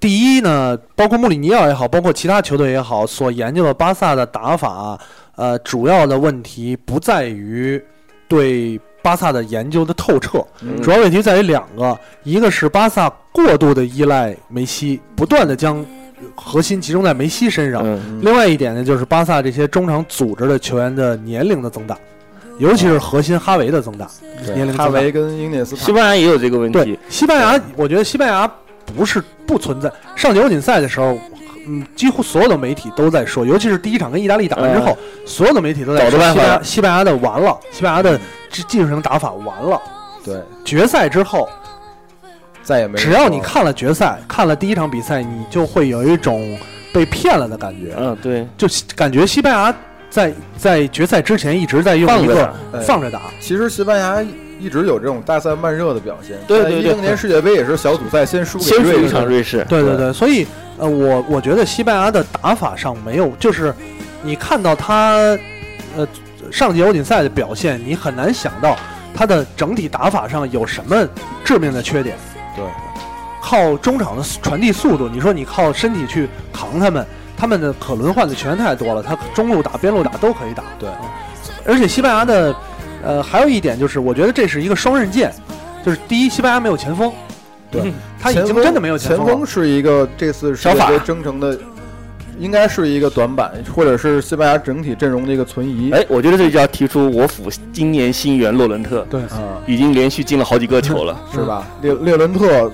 S1: 第一呢，包括穆里尼奥也好，包括其他球队也好，所研究的巴萨的打法，呃，主要的问题不在于对巴萨的研究的透彻，
S3: 嗯
S1: 主要问题在于两个，一个是巴萨过度的依赖梅西，不断的将核心集中在梅西身上。
S2: 嗯，
S1: 另外一点呢，就是巴萨这些中场组织的球员的年龄的增大，尤其是核心哈维的增大，
S3: 对
S1: 年龄增大
S3: 哈维跟英涅斯
S2: 西
S3: 塔，
S2: 班牙也有这个问
S1: 对
S2: 题，，
S1: 西班牙，我觉得西班牙不是不存在。上九锦赛的时候，嗯，几乎所有的媒体都在说，尤其是第一场跟意大利打完之后，所有的媒体都在
S2: 嗯找
S1: 说
S2: 到办
S1: 西
S2: 法
S1: 班牙西班牙的完了，西班牙的技技术型打法完了。
S3: 对，
S1: 决赛之后，
S3: 再也没人
S1: 只要
S3: 说
S1: 你
S3: 了，
S1: 看了决赛，看了第一场比赛，你就会有一种被骗了的感觉，
S2: 嗯，对，
S1: 就感觉西班牙在在决赛之前一直在用
S2: 放
S1: 一
S2: 着
S1: 个
S2: 打
S3: 哎
S1: 放着打，
S3: 其实西班牙一直有这种大赛慢热的表现。
S2: 对对
S3: 一
S2: 对
S3: 零年世界杯也是小组赛先输给
S2: 先
S3: 瑞
S2: 输一
S3: 士
S2: 场瑞士，
S1: 对对
S3: 对
S1: 对，所以呃，我我觉得西班牙的打法上没有，就是你看到他呃上届欧锦赛的表现，你很难想到他的整体打法上有什么致命的缺点。
S3: 对，
S1: 靠中场的传递速度，你说你靠身体去扛他们，他们的可轮换的球员太多了，他中路打、边路打都可以打。
S3: 对
S1: 嗯，而且西班牙的呃还有一点就是，我觉得这是一个双刃剑，就是第一，西班牙没有前锋。
S3: 对
S1: 嗯，他已
S3: 前
S1: 经
S3: 锋
S1: 真的没有
S3: 前
S1: 锋了。
S3: 锋是一个这次世
S2: 小
S3: 界
S2: 法
S3: 杯征程的，应该是一个短板，或者是西班牙整体阵容的一个存疑。
S2: 哎，我觉得这就要提出我府今年新援洛伦特
S1: 对，
S3: 啊，
S2: 已经连续进了好几个球
S3: [LAUGHS]
S2: 了，
S3: 是吧？嗯列列伦特，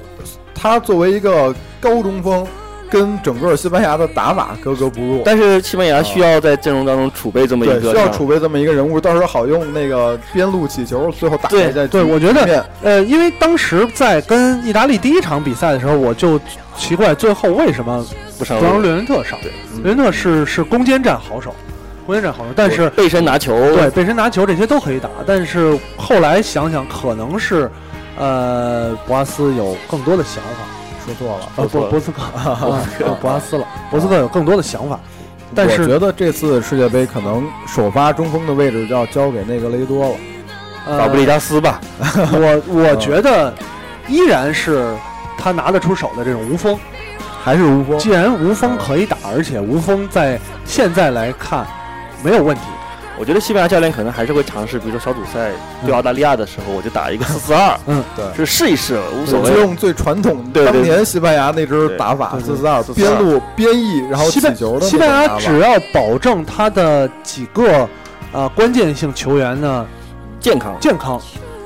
S3: 他作为一个高中锋，跟整个西班牙的打法格格不入。
S2: 但是西班牙需要在阵容当中储备这么一
S3: 对，
S2: 个，
S3: 需要储备这么一个人物，到时候好用那个边路起球，最后打
S2: 对
S3: 开在
S1: 对，
S3: 局
S1: 我觉得
S3: 面
S1: 呃，因为当时在跟意大利第一场比赛的时候，我就奇怪最后为什么
S2: 不上
S1: 不让略文特上
S2: 对。
S3: 嗯
S1: 略文特是是攻坚战好手，攻坚战好手，但是
S2: 背身拿球，
S1: 对背身拿球这些都可以打，但是后来想想，可能是呃博阿斯有更多的想法，
S3: 说错了，
S1: 呃
S2: 说错
S1: 博
S2: 了
S1: 博斯克啊
S2: 博斯克
S1: 啊博阿斯了，博斯克有更多的想法。但是
S3: 我觉得这次世界杯可能首发中锋的位置就要交给内格雷多了。
S2: 法布
S1: 呃
S2: 里，加斯吧，
S1: 我我觉得依然是他拿得出手的这种无锋。
S3: 还是无锋
S1: 既然无锋可以打，而且无锋在现在来看没有问题。
S2: 我觉得西班牙教练可能还是会尝试，比如说小组赛对澳大利亚的时候，我就打一个四四二，
S1: 嗯，
S3: 对
S2: 就试一试，无所
S3: 就
S2: 谓。
S3: 用最传统
S2: 对对
S3: 当年西班牙那支打法
S1: 对对
S3: 四四二
S2: 4-4-2
S3: 边路边翼，然后
S1: 西
S3: 起
S1: 班
S3: 球的那种
S1: 西班
S3: 打
S1: 牙
S3: 法
S1: 只要保证他的几个呃关键性球员呢
S2: 健康，
S1: 健康，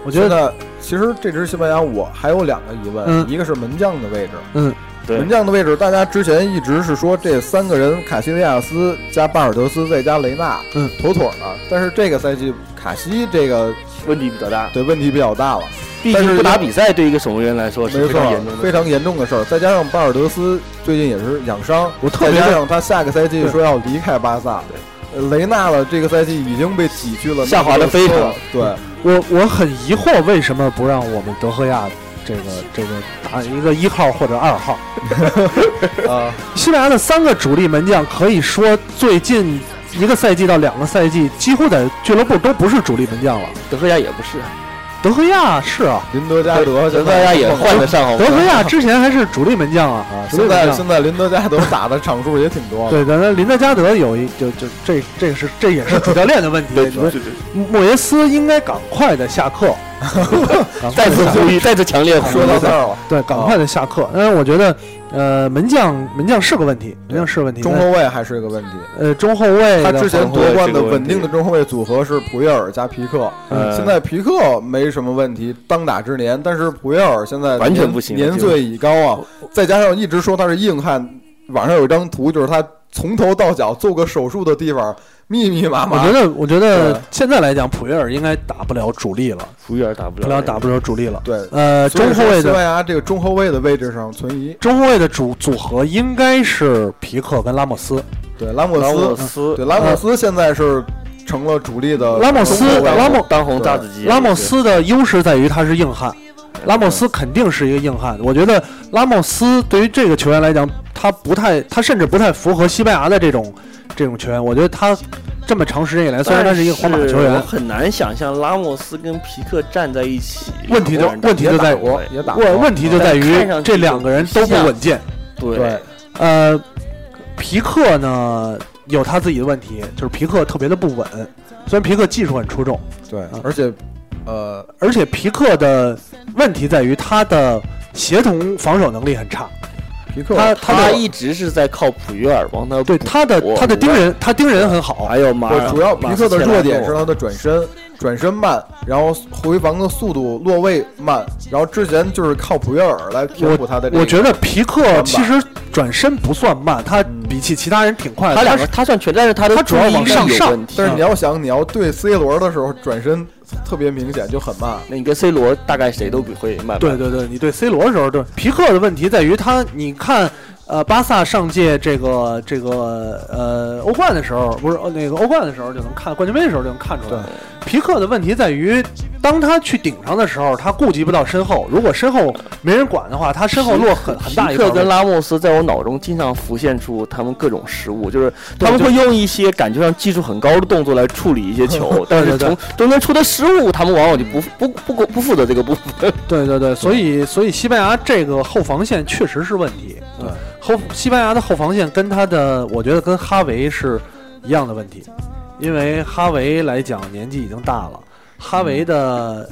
S1: 我觉得
S3: 觉得其实这支西班牙我还有两个疑问，
S1: 嗯
S3: 一个是门将的位置，
S1: 嗯，
S2: 对
S3: 门将的位置大家之前一直是说这三个人卡西利亚斯加巴尔德斯再加雷纳，
S1: 嗯，
S3: 妥妥的。但是这个赛季卡西这个
S2: 问题比较大，
S3: 对问题比较大了，
S2: 毕
S3: 但是
S2: 竟不打比赛对一个守门员来说是
S3: 没
S2: 非
S3: 错
S2: 常严重，的。
S3: 非常严重的事儿。再加上巴尔德斯最近也是养伤，
S1: 我特
S3: 再
S1: 别
S3: 加
S1: 认
S3: 上他下个赛季说要离开巴萨，对，雷纳了这个赛季已经被挤去了
S2: 下滑得非常
S3: 那个车了
S2: [LAUGHS]
S1: 我我很疑惑为什么不让我们德赫亚这个这个打一个一号或者二号。
S3: 对啊。
S1: 西班牙的三个主力门将可以说最近一个赛季到两个赛季几乎在俱乐部都不是主力门将了。
S2: 德赫亚也不是，
S1: 德赫亚是啊，
S3: 林德加德
S2: 德
S3: 现
S2: 赫
S3: 在
S2: 亚也换得上好
S1: 德赫亚之前还是主力门将啊，
S3: 啊，
S1: 主力
S3: 现
S1: 门
S3: 在
S1: 将
S3: 现在林德加德打的场数也挺多的，
S1: 对，咱咱林德加德有一就就这这个是这也是主教练的问题。
S2: 对
S1: 你说
S2: 对对，
S1: 莫耶斯应该赶快的下
S3: [LAUGHS]
S1: 课，赶快
S2: 再
S1: 地
S2: 次
S1: 下
S2: 呼吁，再次强烈呼
S3: 说
S2: 吁
S3: 到，这儿了，
S1: 对，赶快的下课。但是我觉得，呃，门将门将是个问题，门将是个问题。
S3: 中后卫还是个问题。
S1: 呃中后卫
S3: 他
S1: 的
S3: 之前
S1: 话
S3: 夺冠的稳定的中后卫组合是普约尔加皮克，嗯
S2: 呃
S3: 现在皮克没什么问题，当打之年。但是普约尔现在
S2: 完全
S3: 年
S2: 不行了
S3: 年岁已高啊，再加上一直说他是硬汉，网上有一张图，就是他从头到脚做个手术的地方密密麻
S1: 我
S3: 麻
S1: 觉。得我觉得
S3: 对
S1: 现在来讲，普约尔应该打不了主力了，
S2: 服务员打不了，
S1: 不了打不了主力了。
S3: 对，
S1: 呃，
S3: 所以
S1: 中后
S3: 说
S1: 卫
S3: 西
S1: 的
S3: 班牙这个中后卫的位置上存疑。
S1: 中后卫的组组合应该是皮克跟拉莫斯。
S3: 对，拉莫
S2: 拉莫
S3: 斯，
S1: 嗯
S2: 斯，
S3: 对拉莫斯现在是成了主力的
S1: 呃拉莫斯
S3: 中后卫了
S1: 拉莫
S2: 当红炸子鸡，
S1: 拉莫斯的优势在于他是硬汉，
S2: 嗯
S1: 拉莫斯肯定是一个硬汉。我觉得拉莫斯对于这个球员来讲，他不太，他甚至不太符合西班牙的这种这种球员。我觉得他这么长时间以来，虽然他是一个皇马球
S2: 我
S1: 员，
S2: 很难想象拉莫斯跟皮克站在一起。
S1: 问题就
S2: 两个人
S1: 问题就在
S3: 也打过也打过
S1: 问问题就在于
S2: 看上去
S1: 这两个人都不稳健。
S2: 对
S3: 对，
S1: 呃，皮克呢有他自己的问题，就是皮克特别的不稳。虽然皮克技术很出众，
S3: 对
S1: 啊，
S3: 而且呃，
S1: 而且皮克的问题在于他的协同防守能力很差。
S3: 皮克
S1: 他
S2: 他一直是在靠普约尔帮他哎
S1: 对他的
S2: 我
S1: 他的盯人，他盯人很好。
S2: 还有马
S3: 对，主要皮克
S2: 马斯切
S3: 的
S2: 拉
S3: 弱点
S2: 诺
S3: 是他的转身，转身慢，然后回防的速度落位慢，然后之前就是靠普约尔来填补他的这个。
S1: 我觉得皮克
S3: 吧
S1: 其实转身不算慢，他
S3: 嗯
S1: 比起其他人挺快的。
S2: 他两
S1: 是
S2: 个他算全，但是他
S1: 他
S2: 的
S1: 主
S2: 主
S1: 要
S2: 要
S1: 往上上
S2: 问题。
S3: 但是你要想，你要对 C 罗的时候转身特别明显，就很
S1: 啊
S3: 慢。
S2: 那你跟 C 罗大概谁都比会慢慢。
S1: 对对对，你对 C 罗的时候，对皮克的问题在于他，你看，呃，巴萨上届这个这个呃欧冠的时候，不是呃那个欧冠的时候就能看，冠军杯的时候就能看出来。皮克的问题在于，当他去顶上的时候，他顾及不到身后，如果身后没人管的话，他身后落很很大一
S2: 皮
S1: 块
S2: 克
S1: 儿
S2: 跟拉莫斯在我脑中经常浮现出他们各种失误，就是他们
S1: 对
S2: 会用一些感觉上技术很高的动作来处理一
S1: [LAUGHS]
S2: 些球，但是
S1: 对
S2: 从中间出的失误，他们往往就不不不不不负责这个部分。
S1: 对对对，所以所以西班牙这个后防线确实是问题。嗯，
S3: 对
S1: 后西班牙的后防线跟他的，我觉得跟哈维是一样的问题，因为哈维来讲年纪已经大了，哈维的，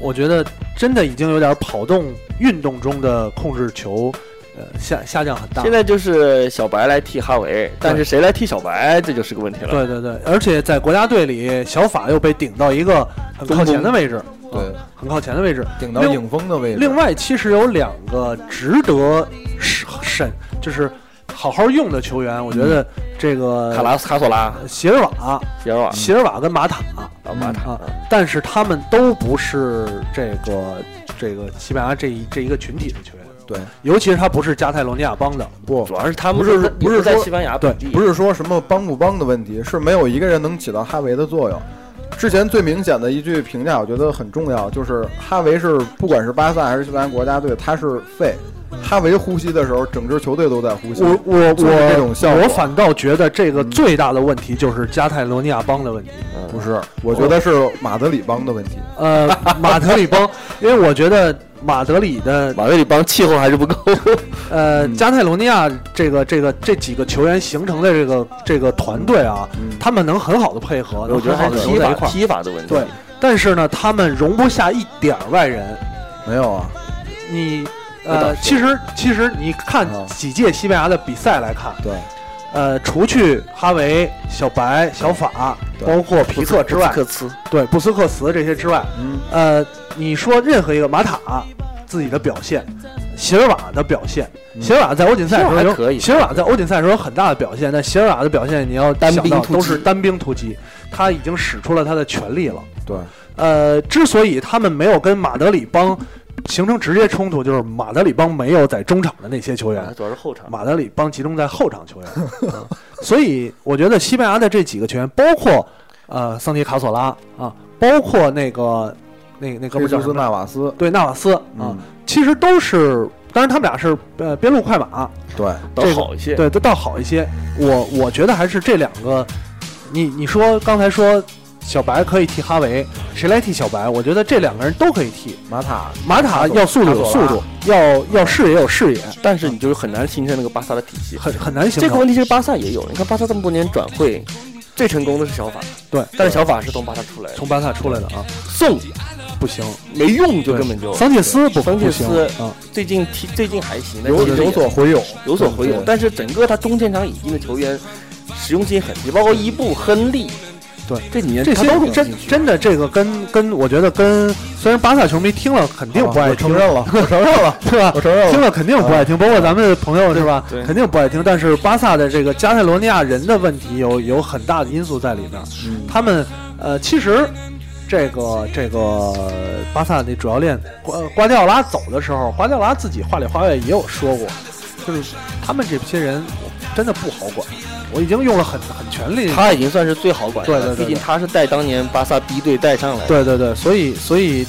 S1: 我觉得真的已经有点跑动运动中的控制球，呃下下降很大
S2: 现。在就是小白来替哈维，但是谁来替小白，这就是个问题了。
S1: 对对对，而且在国家队里，小法又被顶到一个很靠前的位置，
S3: 对，
S1: 很靠前的位置。
S3: 顶到
S1: 另
S3: 影锋的位置。
S1: 另，外，其实有两个值得审审，就是好好用的球员，我觉得这个
S2: 卡拉斯卡索拉、
S1: 席尔瓦、
S2: 席尔瓦、
S1: 席尔瓦跟马塔，
S2: 啊马塔
S1: 啊，但是他们都不是这个这个西班牙这一这一个群体的球员，
S3: 对，
S1: 尤其是他不是加泰罗尼亚帮的，
S3: 不
S2: 主要是他们
S3: 不是
S2: 也
S3: 不是
S2: 在
S3: 说
S2: 西班牙本地，啊
S3: 不是说什么帮不帮的问题，是没有一个人能起到哈维的作用。之前最明显的一句评价，我觉得很重要，就是哈维是不管是巴萨还是西班牙国家队，他是肺。哈维呼吸的时候，整支球队都在呼吸。
S1: 我我
S3: 就是这种效
S1: 我
S3: 果
S1: 我反倒觉得这个最大的问题就是加泰罗尼亚帮的问题。
S3: 不是，我觉得是马德里帮的问题。
S1: 呃， [LAUGHS] 马德里帮，因为我觉得马德里的
S2: 马德里帮气候还是 [LAUGHS] 不够，
S1: 呃
S3: 嗯
S1: 加泰罗尼亚这个这个这几个球员形成的这个这个团队啊，
S3: 嗯，
S1: 他们能很好的配合，能
S2: 我觉得
S1: 很好
S2: 还
S1: 的
S2: 是
S1: 留
S2: 踢
S1: 在一
S2: 法
S1: 块儿。
S2: 踢法的问题。
S1: 对，但是呢，他们容不下一点儿外人。
S3: 没有啊，
S1: 你
S3: 那倒
S1: 呃，
S3: 是
S1: 其实其实你看
S3: 啊
S1: 几届西班牙的比赛来看，
S3: 对，
S1: 呃，除去哈维、小白、小法，
S3: 对
S1: 包括皮克之外
S2: 布，斯克茨
S1: 对布斯克茨这些之外，
S3: 嗯，
S1: 呃，你说任何一个马塔自己的表现，席尔瓦的表现，
S3: 嗯
S1: 席尔瓦在欧锦赛的时候
S2: 席尔瓦
S1: 有
S2: 还可以
S1: 席尔瓦在欧锦赛的时候有很大的表现，但席尔瓦的表现你要
S2: 单
S1: 想
S2: 兵
S1: 到
S2: 突
S1: 都
S2: 击
S1: 是单兵突击，他已经使出了他的全力了。
S3: 对，
S1: 呃，之所以他们没有跟马德里帮形成直接冲突，就是马德里帮没有在中场的那些球员
S2: 啊，主要是后场。
S1: 马德里帮集中在后场球员， [LAUGHS] 啊所以我觉得西班牙的这几个球员，包括呃桑迪卡索拉啊，包括那个那那哥
S3: 科
S1: 们儿叫
S3: 苏斯
S1: 什么？
S3: 纳瓦斯，
S1: 对，纳瓦斯啊，
S3: 嗯，
S1: 其实都是，当然他们俩是呃边路快马，
S3: 对，
S2: 倒
S1: 这个
S2: 好一些。
S1: 对，都倒好一些。我我觉得还是这两个，你你说刚才说小白可以替哈维，谁来替小白？我觉得这两个人都可以替。
S3: 马塔，
S1: 马塔
S3: 卡索
S1: 要速度
S3: 卡
S1: 有
S3: 索拉
S1: 速度，要要视野有视野，
S2: 但是你就是很难形成那个巴萨的体系。
S1: 很很难形
S2: 这个
S1: 成
S2: 问。题其实巴萨也有，你看巴萨这么多年转会，最成功的是小法，
S1: 对，
S2: 但是小法是从巴萨出来的，
S1: 从巴萨出来的啊，
S2: 送
S1: 不行，
S2: 没用就
S1: 对
S2: 根本就
S1: 桑切斯不
S2: 桑切
S1: 不行
S2: 斯
S1: 啊，
S2: 最近踢最近还行，但
S3: 有
S2: 其实
S3: 有
S2: 也
S3: 所回勇，
S2: 有所嗯回勇，但是整个他中前场引进的球员实用性很低，包括伊布、亨利，
S1: 对
S2: 这几年
S1: 这
S2: 他
S1: 些
S2: 都是
S1: 真真的这个跟跟我觉得跟虽然巴萨球迷听了肯定
S3: 好
S1: 不爱
S3: 我
S1: 听
S3: 承，认了，我承认
S1: [LAUGHS]
S3: 了，
S1: 是吧？
S3: 我承认
S1: 听
S3: 了。
S1: 了肯定不爱听，包括咱们的朋友是吧
S2: 啊对？对
S1: 肯定不爱听。但是巴萨的这个加泰罗尼亚人的问题有有很大的因素在里面。
S3: 嗯
S1: 他们呃，其实这个这个巴萨的主教练瓜瓜迪奥拉走的时候，瓜迪奥拉自己话里话外也有说过，就是他们这些人真的不好管。我已经用了很很全力，
S2: 他已经算是最好管的了，
S1: 对对对对
S2: 毕竟他是带当年巴萨 B 队带上来的。
S1: 对对对，所以所以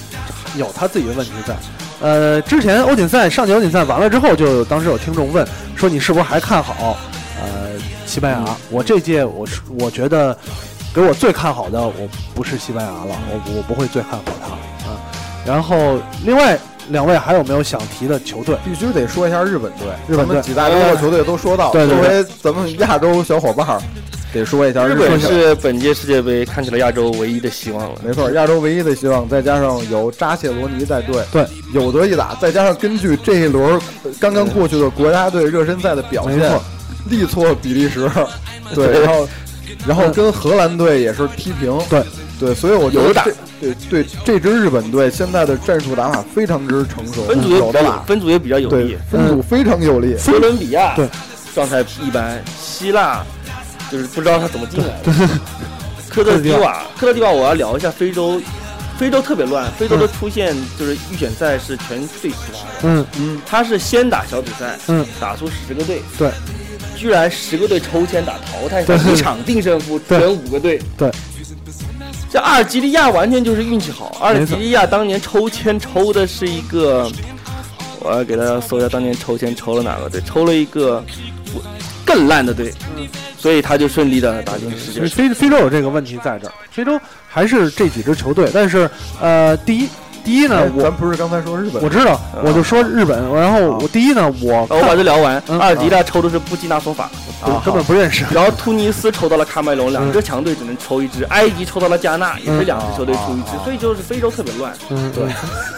S1: 有他自己的问题在。呃，之前欧锦赛上届欧锦赛完了之后，就有当时有听众问说你是不是还看好呃西班牙？我这届我是我觉得给我最看好的我不是西班牙了，我我不会最看好他啊、然后另外两位还有没有想提的球队？
S3: 必须得说一下日本队，
S1: 日本队
S3: 咱们几大洲的球队都说到，
S1: 对对
S3: 作
S1: 对
S3: 为咱们亚洲小伙伴儿，得说一下
S2: 日
S3: 日
S2: 本
S3: 本
S2: 是本届世界杯看起来亚洲唯一的希望了。
S3: [LAUGHS] 没错，亚洲唯一的希望，再加上有扎切罗尼带队，
S1: 对，
S3: 有得一打，再加上根据这一轮呃刚刚过去的国家队热身赛的表
S1: 没
S3: 现
S1: 错，
S3: 力挫比
S1: [LAUGHS]
S3: 利时，
S2: 对
S3: 对，然后然后
S1: 嗯
S3: 跟荷兰队也是踢平，
S1: 对
S3: 对，所以我觉
S2: 有
S3: 得
S2: 打
S3: 这对对这支日本队现在的战术打法非常之成熟，
S2: 分组也
S3: 有
S2: 比
S3: 的
S2: 较有
S3: 打，
S2: 分组也比较有
S3: 对
S2: 利，
S3: 分
S1: 嗯
S3: 组非常有力，
S2: 哥伦比亚
S1: 对
S2: 状态一般，希腊就是不知道他怎么进来的。 [LAUGHS] 科特迪瓦，科特迪瓦，我要聊一下非洲，非洲特别乱，非洲的出现就是预选赛是全最奇葩的。
S1: 嗯，
S3: 嗯，
S2: 他是先打小比赛，
S1: 嗯，
S2: 打出十个队，
S1: 对，
S2: 居然十个队抽签打淘汰赛，
S1: 对
S2: 一场定胜负，
S1: 对
S2: 全五个队，
S1: 对。
S2: 这阿尔及利亚完全就是运气好，阿尔
S1: 没
S2: 及
S1: 错
S2: 利亚当年抽签抽的是一个，我要给大家搜一下当年抽签抽了哪个队，抽了一个我更烂的队，
S1: 嗯
S2: 所以他就顺利的打进世
S1: 所以
S2: 界。
S1: 非非洲有这个问题在这儿，非洲还是这几支球队，但是呃，第一第一呢
S3: 哎，
S1: 我
S3: 咱不是刚才说日本
S1: 我知道，我就说日本，然后我第一呢，我
S2: 呃我把这聊完，
S1: 嗯
S2: 阿尔及利亚抽的是布基纳索法，
S1: 我根本不认识。
S2: 然后突尼斯抽到了喀麦隆，两
S1: 嗯
S2: 支强队只能抽一支；埃及抽到了加纳，也是两支球队出一支
S3: 嗯啊啊，啊
S2: 所以就是非洲特别乱。
S1: 嗯，
S3: 对，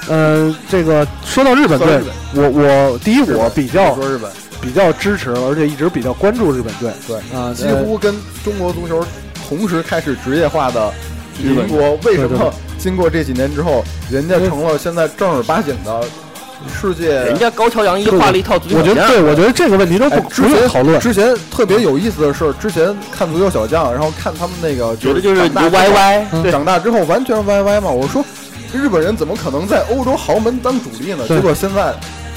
S1: 呃，这个说到日本
S2: 说到
S1: 队
S2: 日，本
S1: 我我第一
S3: 日本
S1: 我比较
S3: 说日本。
S1: 比较支持，而且一直比较关注日本队。
S3: 对
S1: 啊，
S3: 几乎跟中国足球同时开始职业化的
S2: 日
S3: 邻
S2: 本
S3: 国，为什
S1: 对
S3: 么经过这几年之后，人家成了现在正儿八经的世界
S2: 人？家高桥洋一画了一套足球
S1: 我觉
S2: 小
S1: 得
S2: 将，
S1: 对，我觉得这个问题都
S3: 哎
S1: 不，
S3: 之
S1: 不用
S3: 前
S1: 讨论。
S3: 之前特别有意思的是，之前看足球小将，然后看他们那个，
S2: 觉得就是你
S3: 长大
S2: 就
S3: 之后
S2: 歪歪，
S1: 嗯
S2: 对
S3: 长大之后完全歪歪嘛。我说日本人怎么可能在欧洲豪门当主力呢？
S1: 对
S3: 结果现在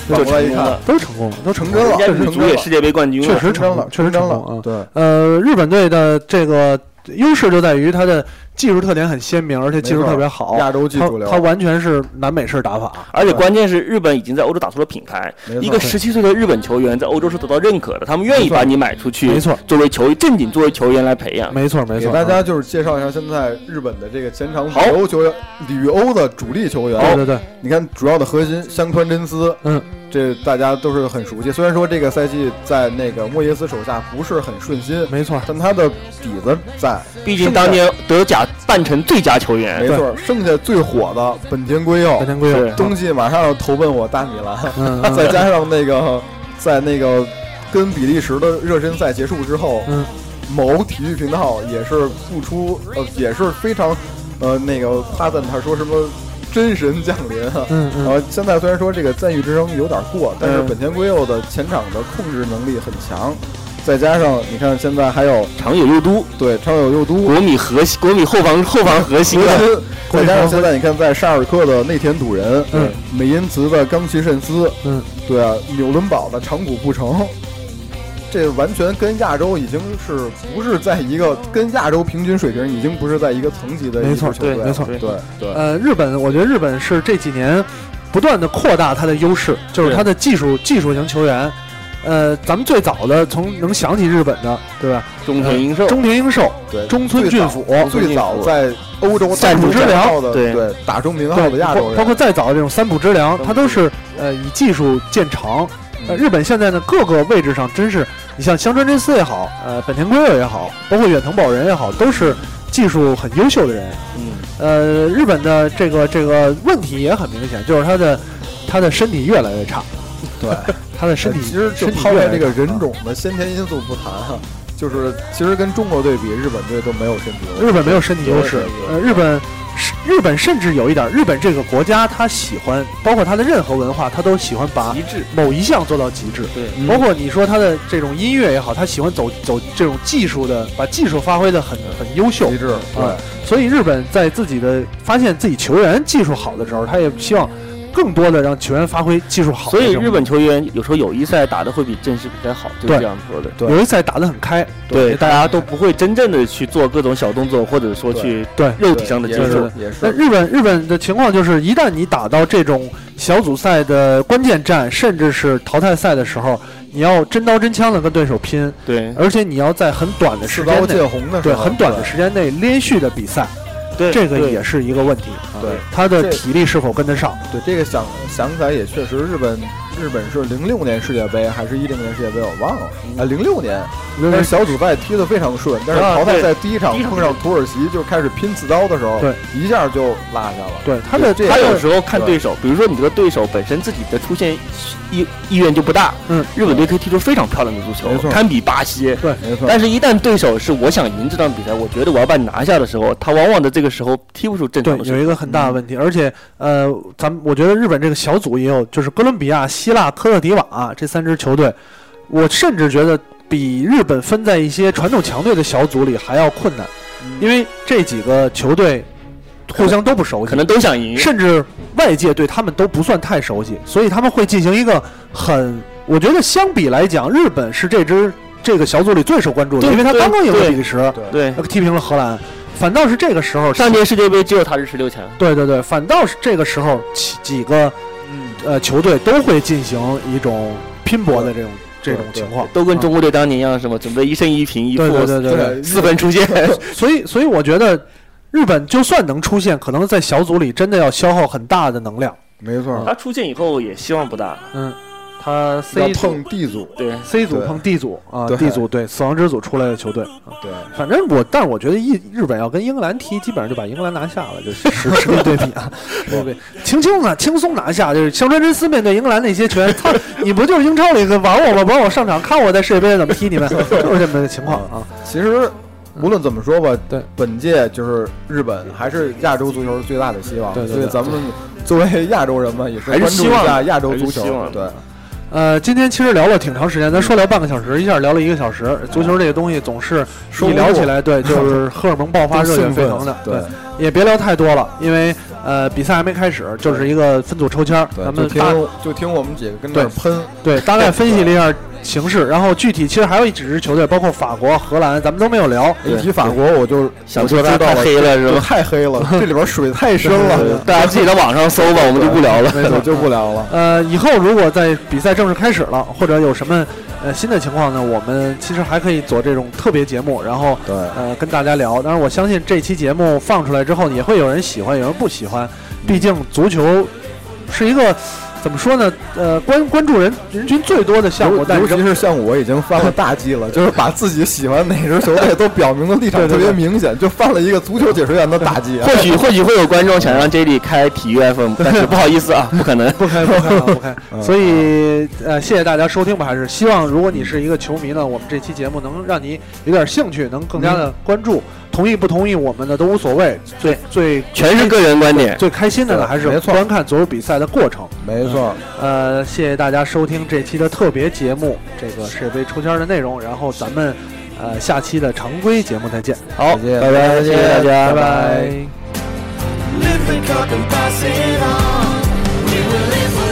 S2: 就
S3: 反过来
S2: 成
S3: 一
S2: 功
S3: 看
S2: 了，。
S1: 都成功了，都成
S3: 成
S1: 功
S3: 真
S1: 了
S2: 人
S3: 了，，
S2: 家
S3: 确
S2: 女
S3: 实
S2: 足
S3: 成真
S2: 也
S3: 了
S2: 世界杯冠军
S1: 哦
S2: 啊
S1: 确
S2: 了。
S1: 实成功嗯
S3: 成真了，
S1: 确实
S3: 成真
S1: 成
S3: 了
S1: 功啊。
S3: 对，
S1: 呃，日本队的这个优势就在于它的技术特点很鲜明，而且技术
S3: 没错
S1: 特别好。
S3: 亚洲技术流
S1: 它它完全是南美式打法。
S2: 而且关键是日本已经在欧洲打出了品牌，
S3: 没错
S2: 一个十七岁的日本球员在欧洲是得到认可的，他们愿意把你买出去，
S1: 没错，
S2: 作为球正经作为球员来培养。
S1: 没错，没
S3: 给
S1: 错。
S3: 大家就是介绍一下现在日本的这个前场
S2: 好
S3: 旅欧球员、旅欧的主力球员。
S1: 对对对，
S3: 你看主要的核心香川真司，
S1: 嗯，
S3: 这大家都是很熟悉。虽然说这个赛季在那个莫耶斯手下不是很顺心，
S1: 没错。
S3: 但他的底子在，
S2: 毕竟当年德甲半程最佳球
S3: 没
S2: 员，
S3: 错。剩下最火的本田圭佑
S1: 白，天归
S2: 是
S1: 有，
S3: 冬季马上要投奔我大米兰，
S1: 嗯嗯
S3: [LAUGHS] 再加上那个在那个跟比利时的热身赛结束之后，
S1: 嗯，
S3: 某体育频道也是付出呃也是非常呃那个夸赞他说什么真神降临啊。
S1: 嗯
S3: 然
S1: 嗯，
S3: 后现在虽然说这个赞誉之声有点过，但是
S1: 嗯
S3: 本田圭佑的前场的控制能力很强，再加上你看现在还有
S2: 长野佑都，
S3: 对长友佑都，
S2: 国米核心，国米后防后防
S1: [LAUGHS]
S2: 核心啊，
S3: 核心，再加上现在你看，在沙尔克的内田笃人，
S1: 嗯，
S3: 美因茨的冈崎慎司，
S1: 嗯，
S3: 对啊，纽伦堡的长谷部成，这完全跟亚洲已经是不是在一个跟亚支平均水平，已经不是在一个层级的一
S1: 没
S3: 支
S1: 错
S3: 球队了，
S1: 对没错
S3: 对对
S1: 呃，日本，我觉得日本是这几年不断的扩大它的优势，就是
S2: 对
S1: 它的技术技术型球员。呃，咱们最早的从能想起日本的，对吧？
S2: 中田英寿。
S1: 中田英寿、
S3: 对，
S1: 中村俊辅，
S3: 最早在欧洲
S1: 赞助之良
S3: 打出名号的，
S2: 对
S3: 对，打出名号的
S1: 对，
S3: 亚
S1: 包
S3: 洲
S1: 包
S3: 人，
S1: 括再早的这种三浦知良，他都是呃以技术见长。
S3: 嗯
S1: 呃，日本现在呢各个位置上真是，你像香川真司也好，呃本田圭佑也好，包括远藤保人也好，都是技术很优秀的人。
S2: 嗯，
S1: 呃，日本的这个这个问题也很明显，就是他的他的身体越来越差，
S3: 对。
S1: [LAUGHS] 他的身体
S3: 其实就
S1: 身体
S3: 抛
S1: 越来
S3: 开
S1: 越
S3: 这个
S1: 差
S3: 人种的先天因素不谈哈，就是其实跟中国对比，日本队都没有身体优势。
S1: 日本没有身体优势
S3: 对对，对
S1: 呃，日本是日本甚至有一点，日本这个国家他喜欢，包括他的任何文化，他都喜欢把
S2: 极致。
S1: 某一项做到极致。
S2: 对，
S3: 嗯
S1: 包括你说他的这种音乐也好，他喜欢走走这种技术的，把技术发挥的很很优秀
S3: 极。致，
S1: 啊所以日本在自己的发现自己球员技术好的时候，他也希望更多的让球员发挥技术好的
S2: 所
S1: 这
S2: 以
S1: 种。
S2: 日本球员有时候友谊赛打的会比正式比赛好，就是
S1: 对
S2: 这样说的。
S3: 对
S1: 友谊赛打得很开，
S2: 对，
S1: 大
S2: 大家
S1: 家都
S2: 都不会真正的去做各种小动作，或者说去
S1: 对。
S2: 肉
S3: 对
S2: 体上的接
S3: 也
S2: 触
S3: 是。也
S1: 那
S3: 是，
S1: 日本日本的情况就是，一旦你打到这种小组赛的关键战，甚至是淘汰赛的时候，你要真刀真枪的跟对手拼，
S2: 对
S1: 而且你要在很短的时
S3: 刺
S1: 间
S3: 刀
S1: 内，
S3: 见红的时
S1: 对
S3: 候，
S1: 很短的时间内连续的比赛，
S2: 对
S1: 这个也
S2: 是
S1: 是一个问题。啊
S3: 对
S1: 他的
S3: 这
S1: 体力是否跟得上？
S3: 对这个想想起来也确实，日本日本是零六年世界杯还是一零年世界杯，我忘了啊，零六年，但是小组赛踢得非常顺，但是
S2: 啊
S3: 淘汰
S2: 对
S3: 赛第一场
S2: 第一场
S3: 碰上土耳其就开始拼刺刀的时候
S1: 对，
S3: 一下就落下了。
S1: 对他的
S3: 这
S2: 他
S3: 也
S2: 有
S3: 是
S2: 时候看对手，比如说你这个对手本身自己的出现意意愿就不大，
S1: 嗯，
S2: 日本队可以踢出非常漂亮的足
S3: 没
S2: 球，
S3: 错
S2: 堪比巴西。
S3: 没错，
S2: 但是，一旦对手是我想赢这场比赛，我觉得我要把你拿下的时候，他往往在这个时候踢不出正
S1: 对
S2: 常的
S1: 有
S2: 水
S1: 一个很大的问题，而且呃，咱们我觉得日本这个小组也有，就是哥伦比亚、希腊、科特迪瓦、啊这三支球队，我甚至觉得比日本分在一些传统强队的小组里还要困难，
S2: 嗯
S1: 因为这几个球队互相都不熟
S2: 平，可
S1: 悉，
S2: 能都想赢。
S1: 甚至外界对他们都不算太熟悉，所以他们会进行一个很，我觉得相比来讲，日本是这支这个小组里最受关注的，
S2: 对
S1: 因为他
S2: 对
S1: 刚刚赢了
S2: 对
S1: 比利时，呃
S2: 对，
S1: 踢平了荷兰，反倒是这个时候
S2: 上届世界杯只有他是十六强。
S1: 对对对，反倒是这个时候几几个
S3: 嗯，
S1: 呃球队都会进行一种拼搏的这种这
S3: 对
S1: 种
S3: 对
S1: 情况，
S2: 都跟中国队当年一样，什么准备一胜一平一负
S1: 对对对对对，
S2: 四分出线，
S1: 所以所以我觉得日本就算能出现，可能在小组里真的要消耗很大的能量。
S3: 没错，
S2: [LAUGHS] 他出现以后也希望不大，
S1: 嗯，他
S3: 要
S1: C 组
S3: 碰 D 组，
S2: 对，
S1: C 组
S3: 对
S1: 碰 D 组啊
S3: 对
S1: ，D 组对死亡之组出来的球队啊，
S3: 对。
S1: 反正我但我觉得日日本要跟英格兰踢，基本上就把英格兰拿下了，就是实实力对比啊，对对，轻轻的轻松拿下，就是香川真司面对英格兰那些球员，操，你不就是英超里个玩我吧，玩我上场，看我在世界杯上怎么踢你们，就是这么个情况啊。
S3: 其实无论怎么说吧，
S1: 对
S3: 本届就是日本还是亚洲足球最大的希望，
S1: 对对
S3: 所以
S1: 对
S3: 咱们作为亚洲人们也是
S2: 还是
S3: 关注
S2: 希
S3: 一
S2: 望
S3: 下亚洲
S2: 还是
S3: 足
S2: 希望
S3: 球，对，
S1: 呃，今天其实聊了挺长时间，咱说聊半个小时，一下聊了一个小时。足球这个东西总是
S3: 说
S1: 一
S3: 不
S1: 聊起
S3: 过
S1: 来，对，就是荷尔蒙爆发，
S3: 都
S1: 热血
S3: 兴
S1: 沸
S3: 奋
S1: 腾的，
S3: 对，
S1: 也别聊太多了，因为呃，比赛还没开始，就是一个分组抽签儿，
S3: 对
S1: 咱
S3: 就
S1: 们大
S3: 听就听我们几个跟那儿
S1: 对
S3: 喷，
S1: 对大概分析了一下形势，然后具体其实还有一几支球队，包括法国、荷兰，咱们都没有聊。
S3: 一提法国我就
S4: 想
S3: 我就
S4: 说
S3: 知
S4: 他
S3: 道
S4: 太
S3: 了，
S4: 黑了是
S3: 就
S4: 吧？
S3: 太黑了，这里边水太深了，
S4: [LAUGHS] 大家自己到网上搜吧，我们就不聊了。
S3: 我就不聊了。
S1: 呃，以后如果在比赛正式开始了，或者有什么呃新的情况呢，我们其实还可以做这种特别节目，然后
S3: 对，
S1: 呃跟大家聊。当然，我相信这期节目放出来之后，也会有人喜欢，有人不喜
S3: 嗯
S1: 欢。毕竟足球是一个怎么说呢？呃，关关注人人群最多的项目，
S3: 尤
S1: [LAUGHS] 但
S3: 尤
S1: 是
S3: 其是像我已经犯了大忌了，就是把自己喜欢哪支球队都表明的立场特别明显，就犯了一个足球解说员的大
S1: [LAUGHS]
S3: 忌啊。
S4: 或许或许会有观众想让 J D 开体育 FM，但是不好意思啊，不可能。
S1: 不开不开了不开
S3: 嗯，
S1: 所以呃，谢谢大家收听吧。还是希望如果你是一个球迷呢，我们这期节目能让你有点兴趣，能更加的关注。同意不同意我们的都无所谓，最最
S4: 全是个人观点。
S1: 最开心的呢还是
S3: 没错
S1: 观看足球比赛的过程。
S3: 没错，
S1: 呃，谢谢大家收听这期的特别节目，这个世界杯抽签的内容。然后咱们呃下期的常规节目再见，
S4: 好，
S3: 再见
S4: 拜拜，谢谢大家，
S1: 拜拜。
S5: Lift the cup and pass it on. We will live forever.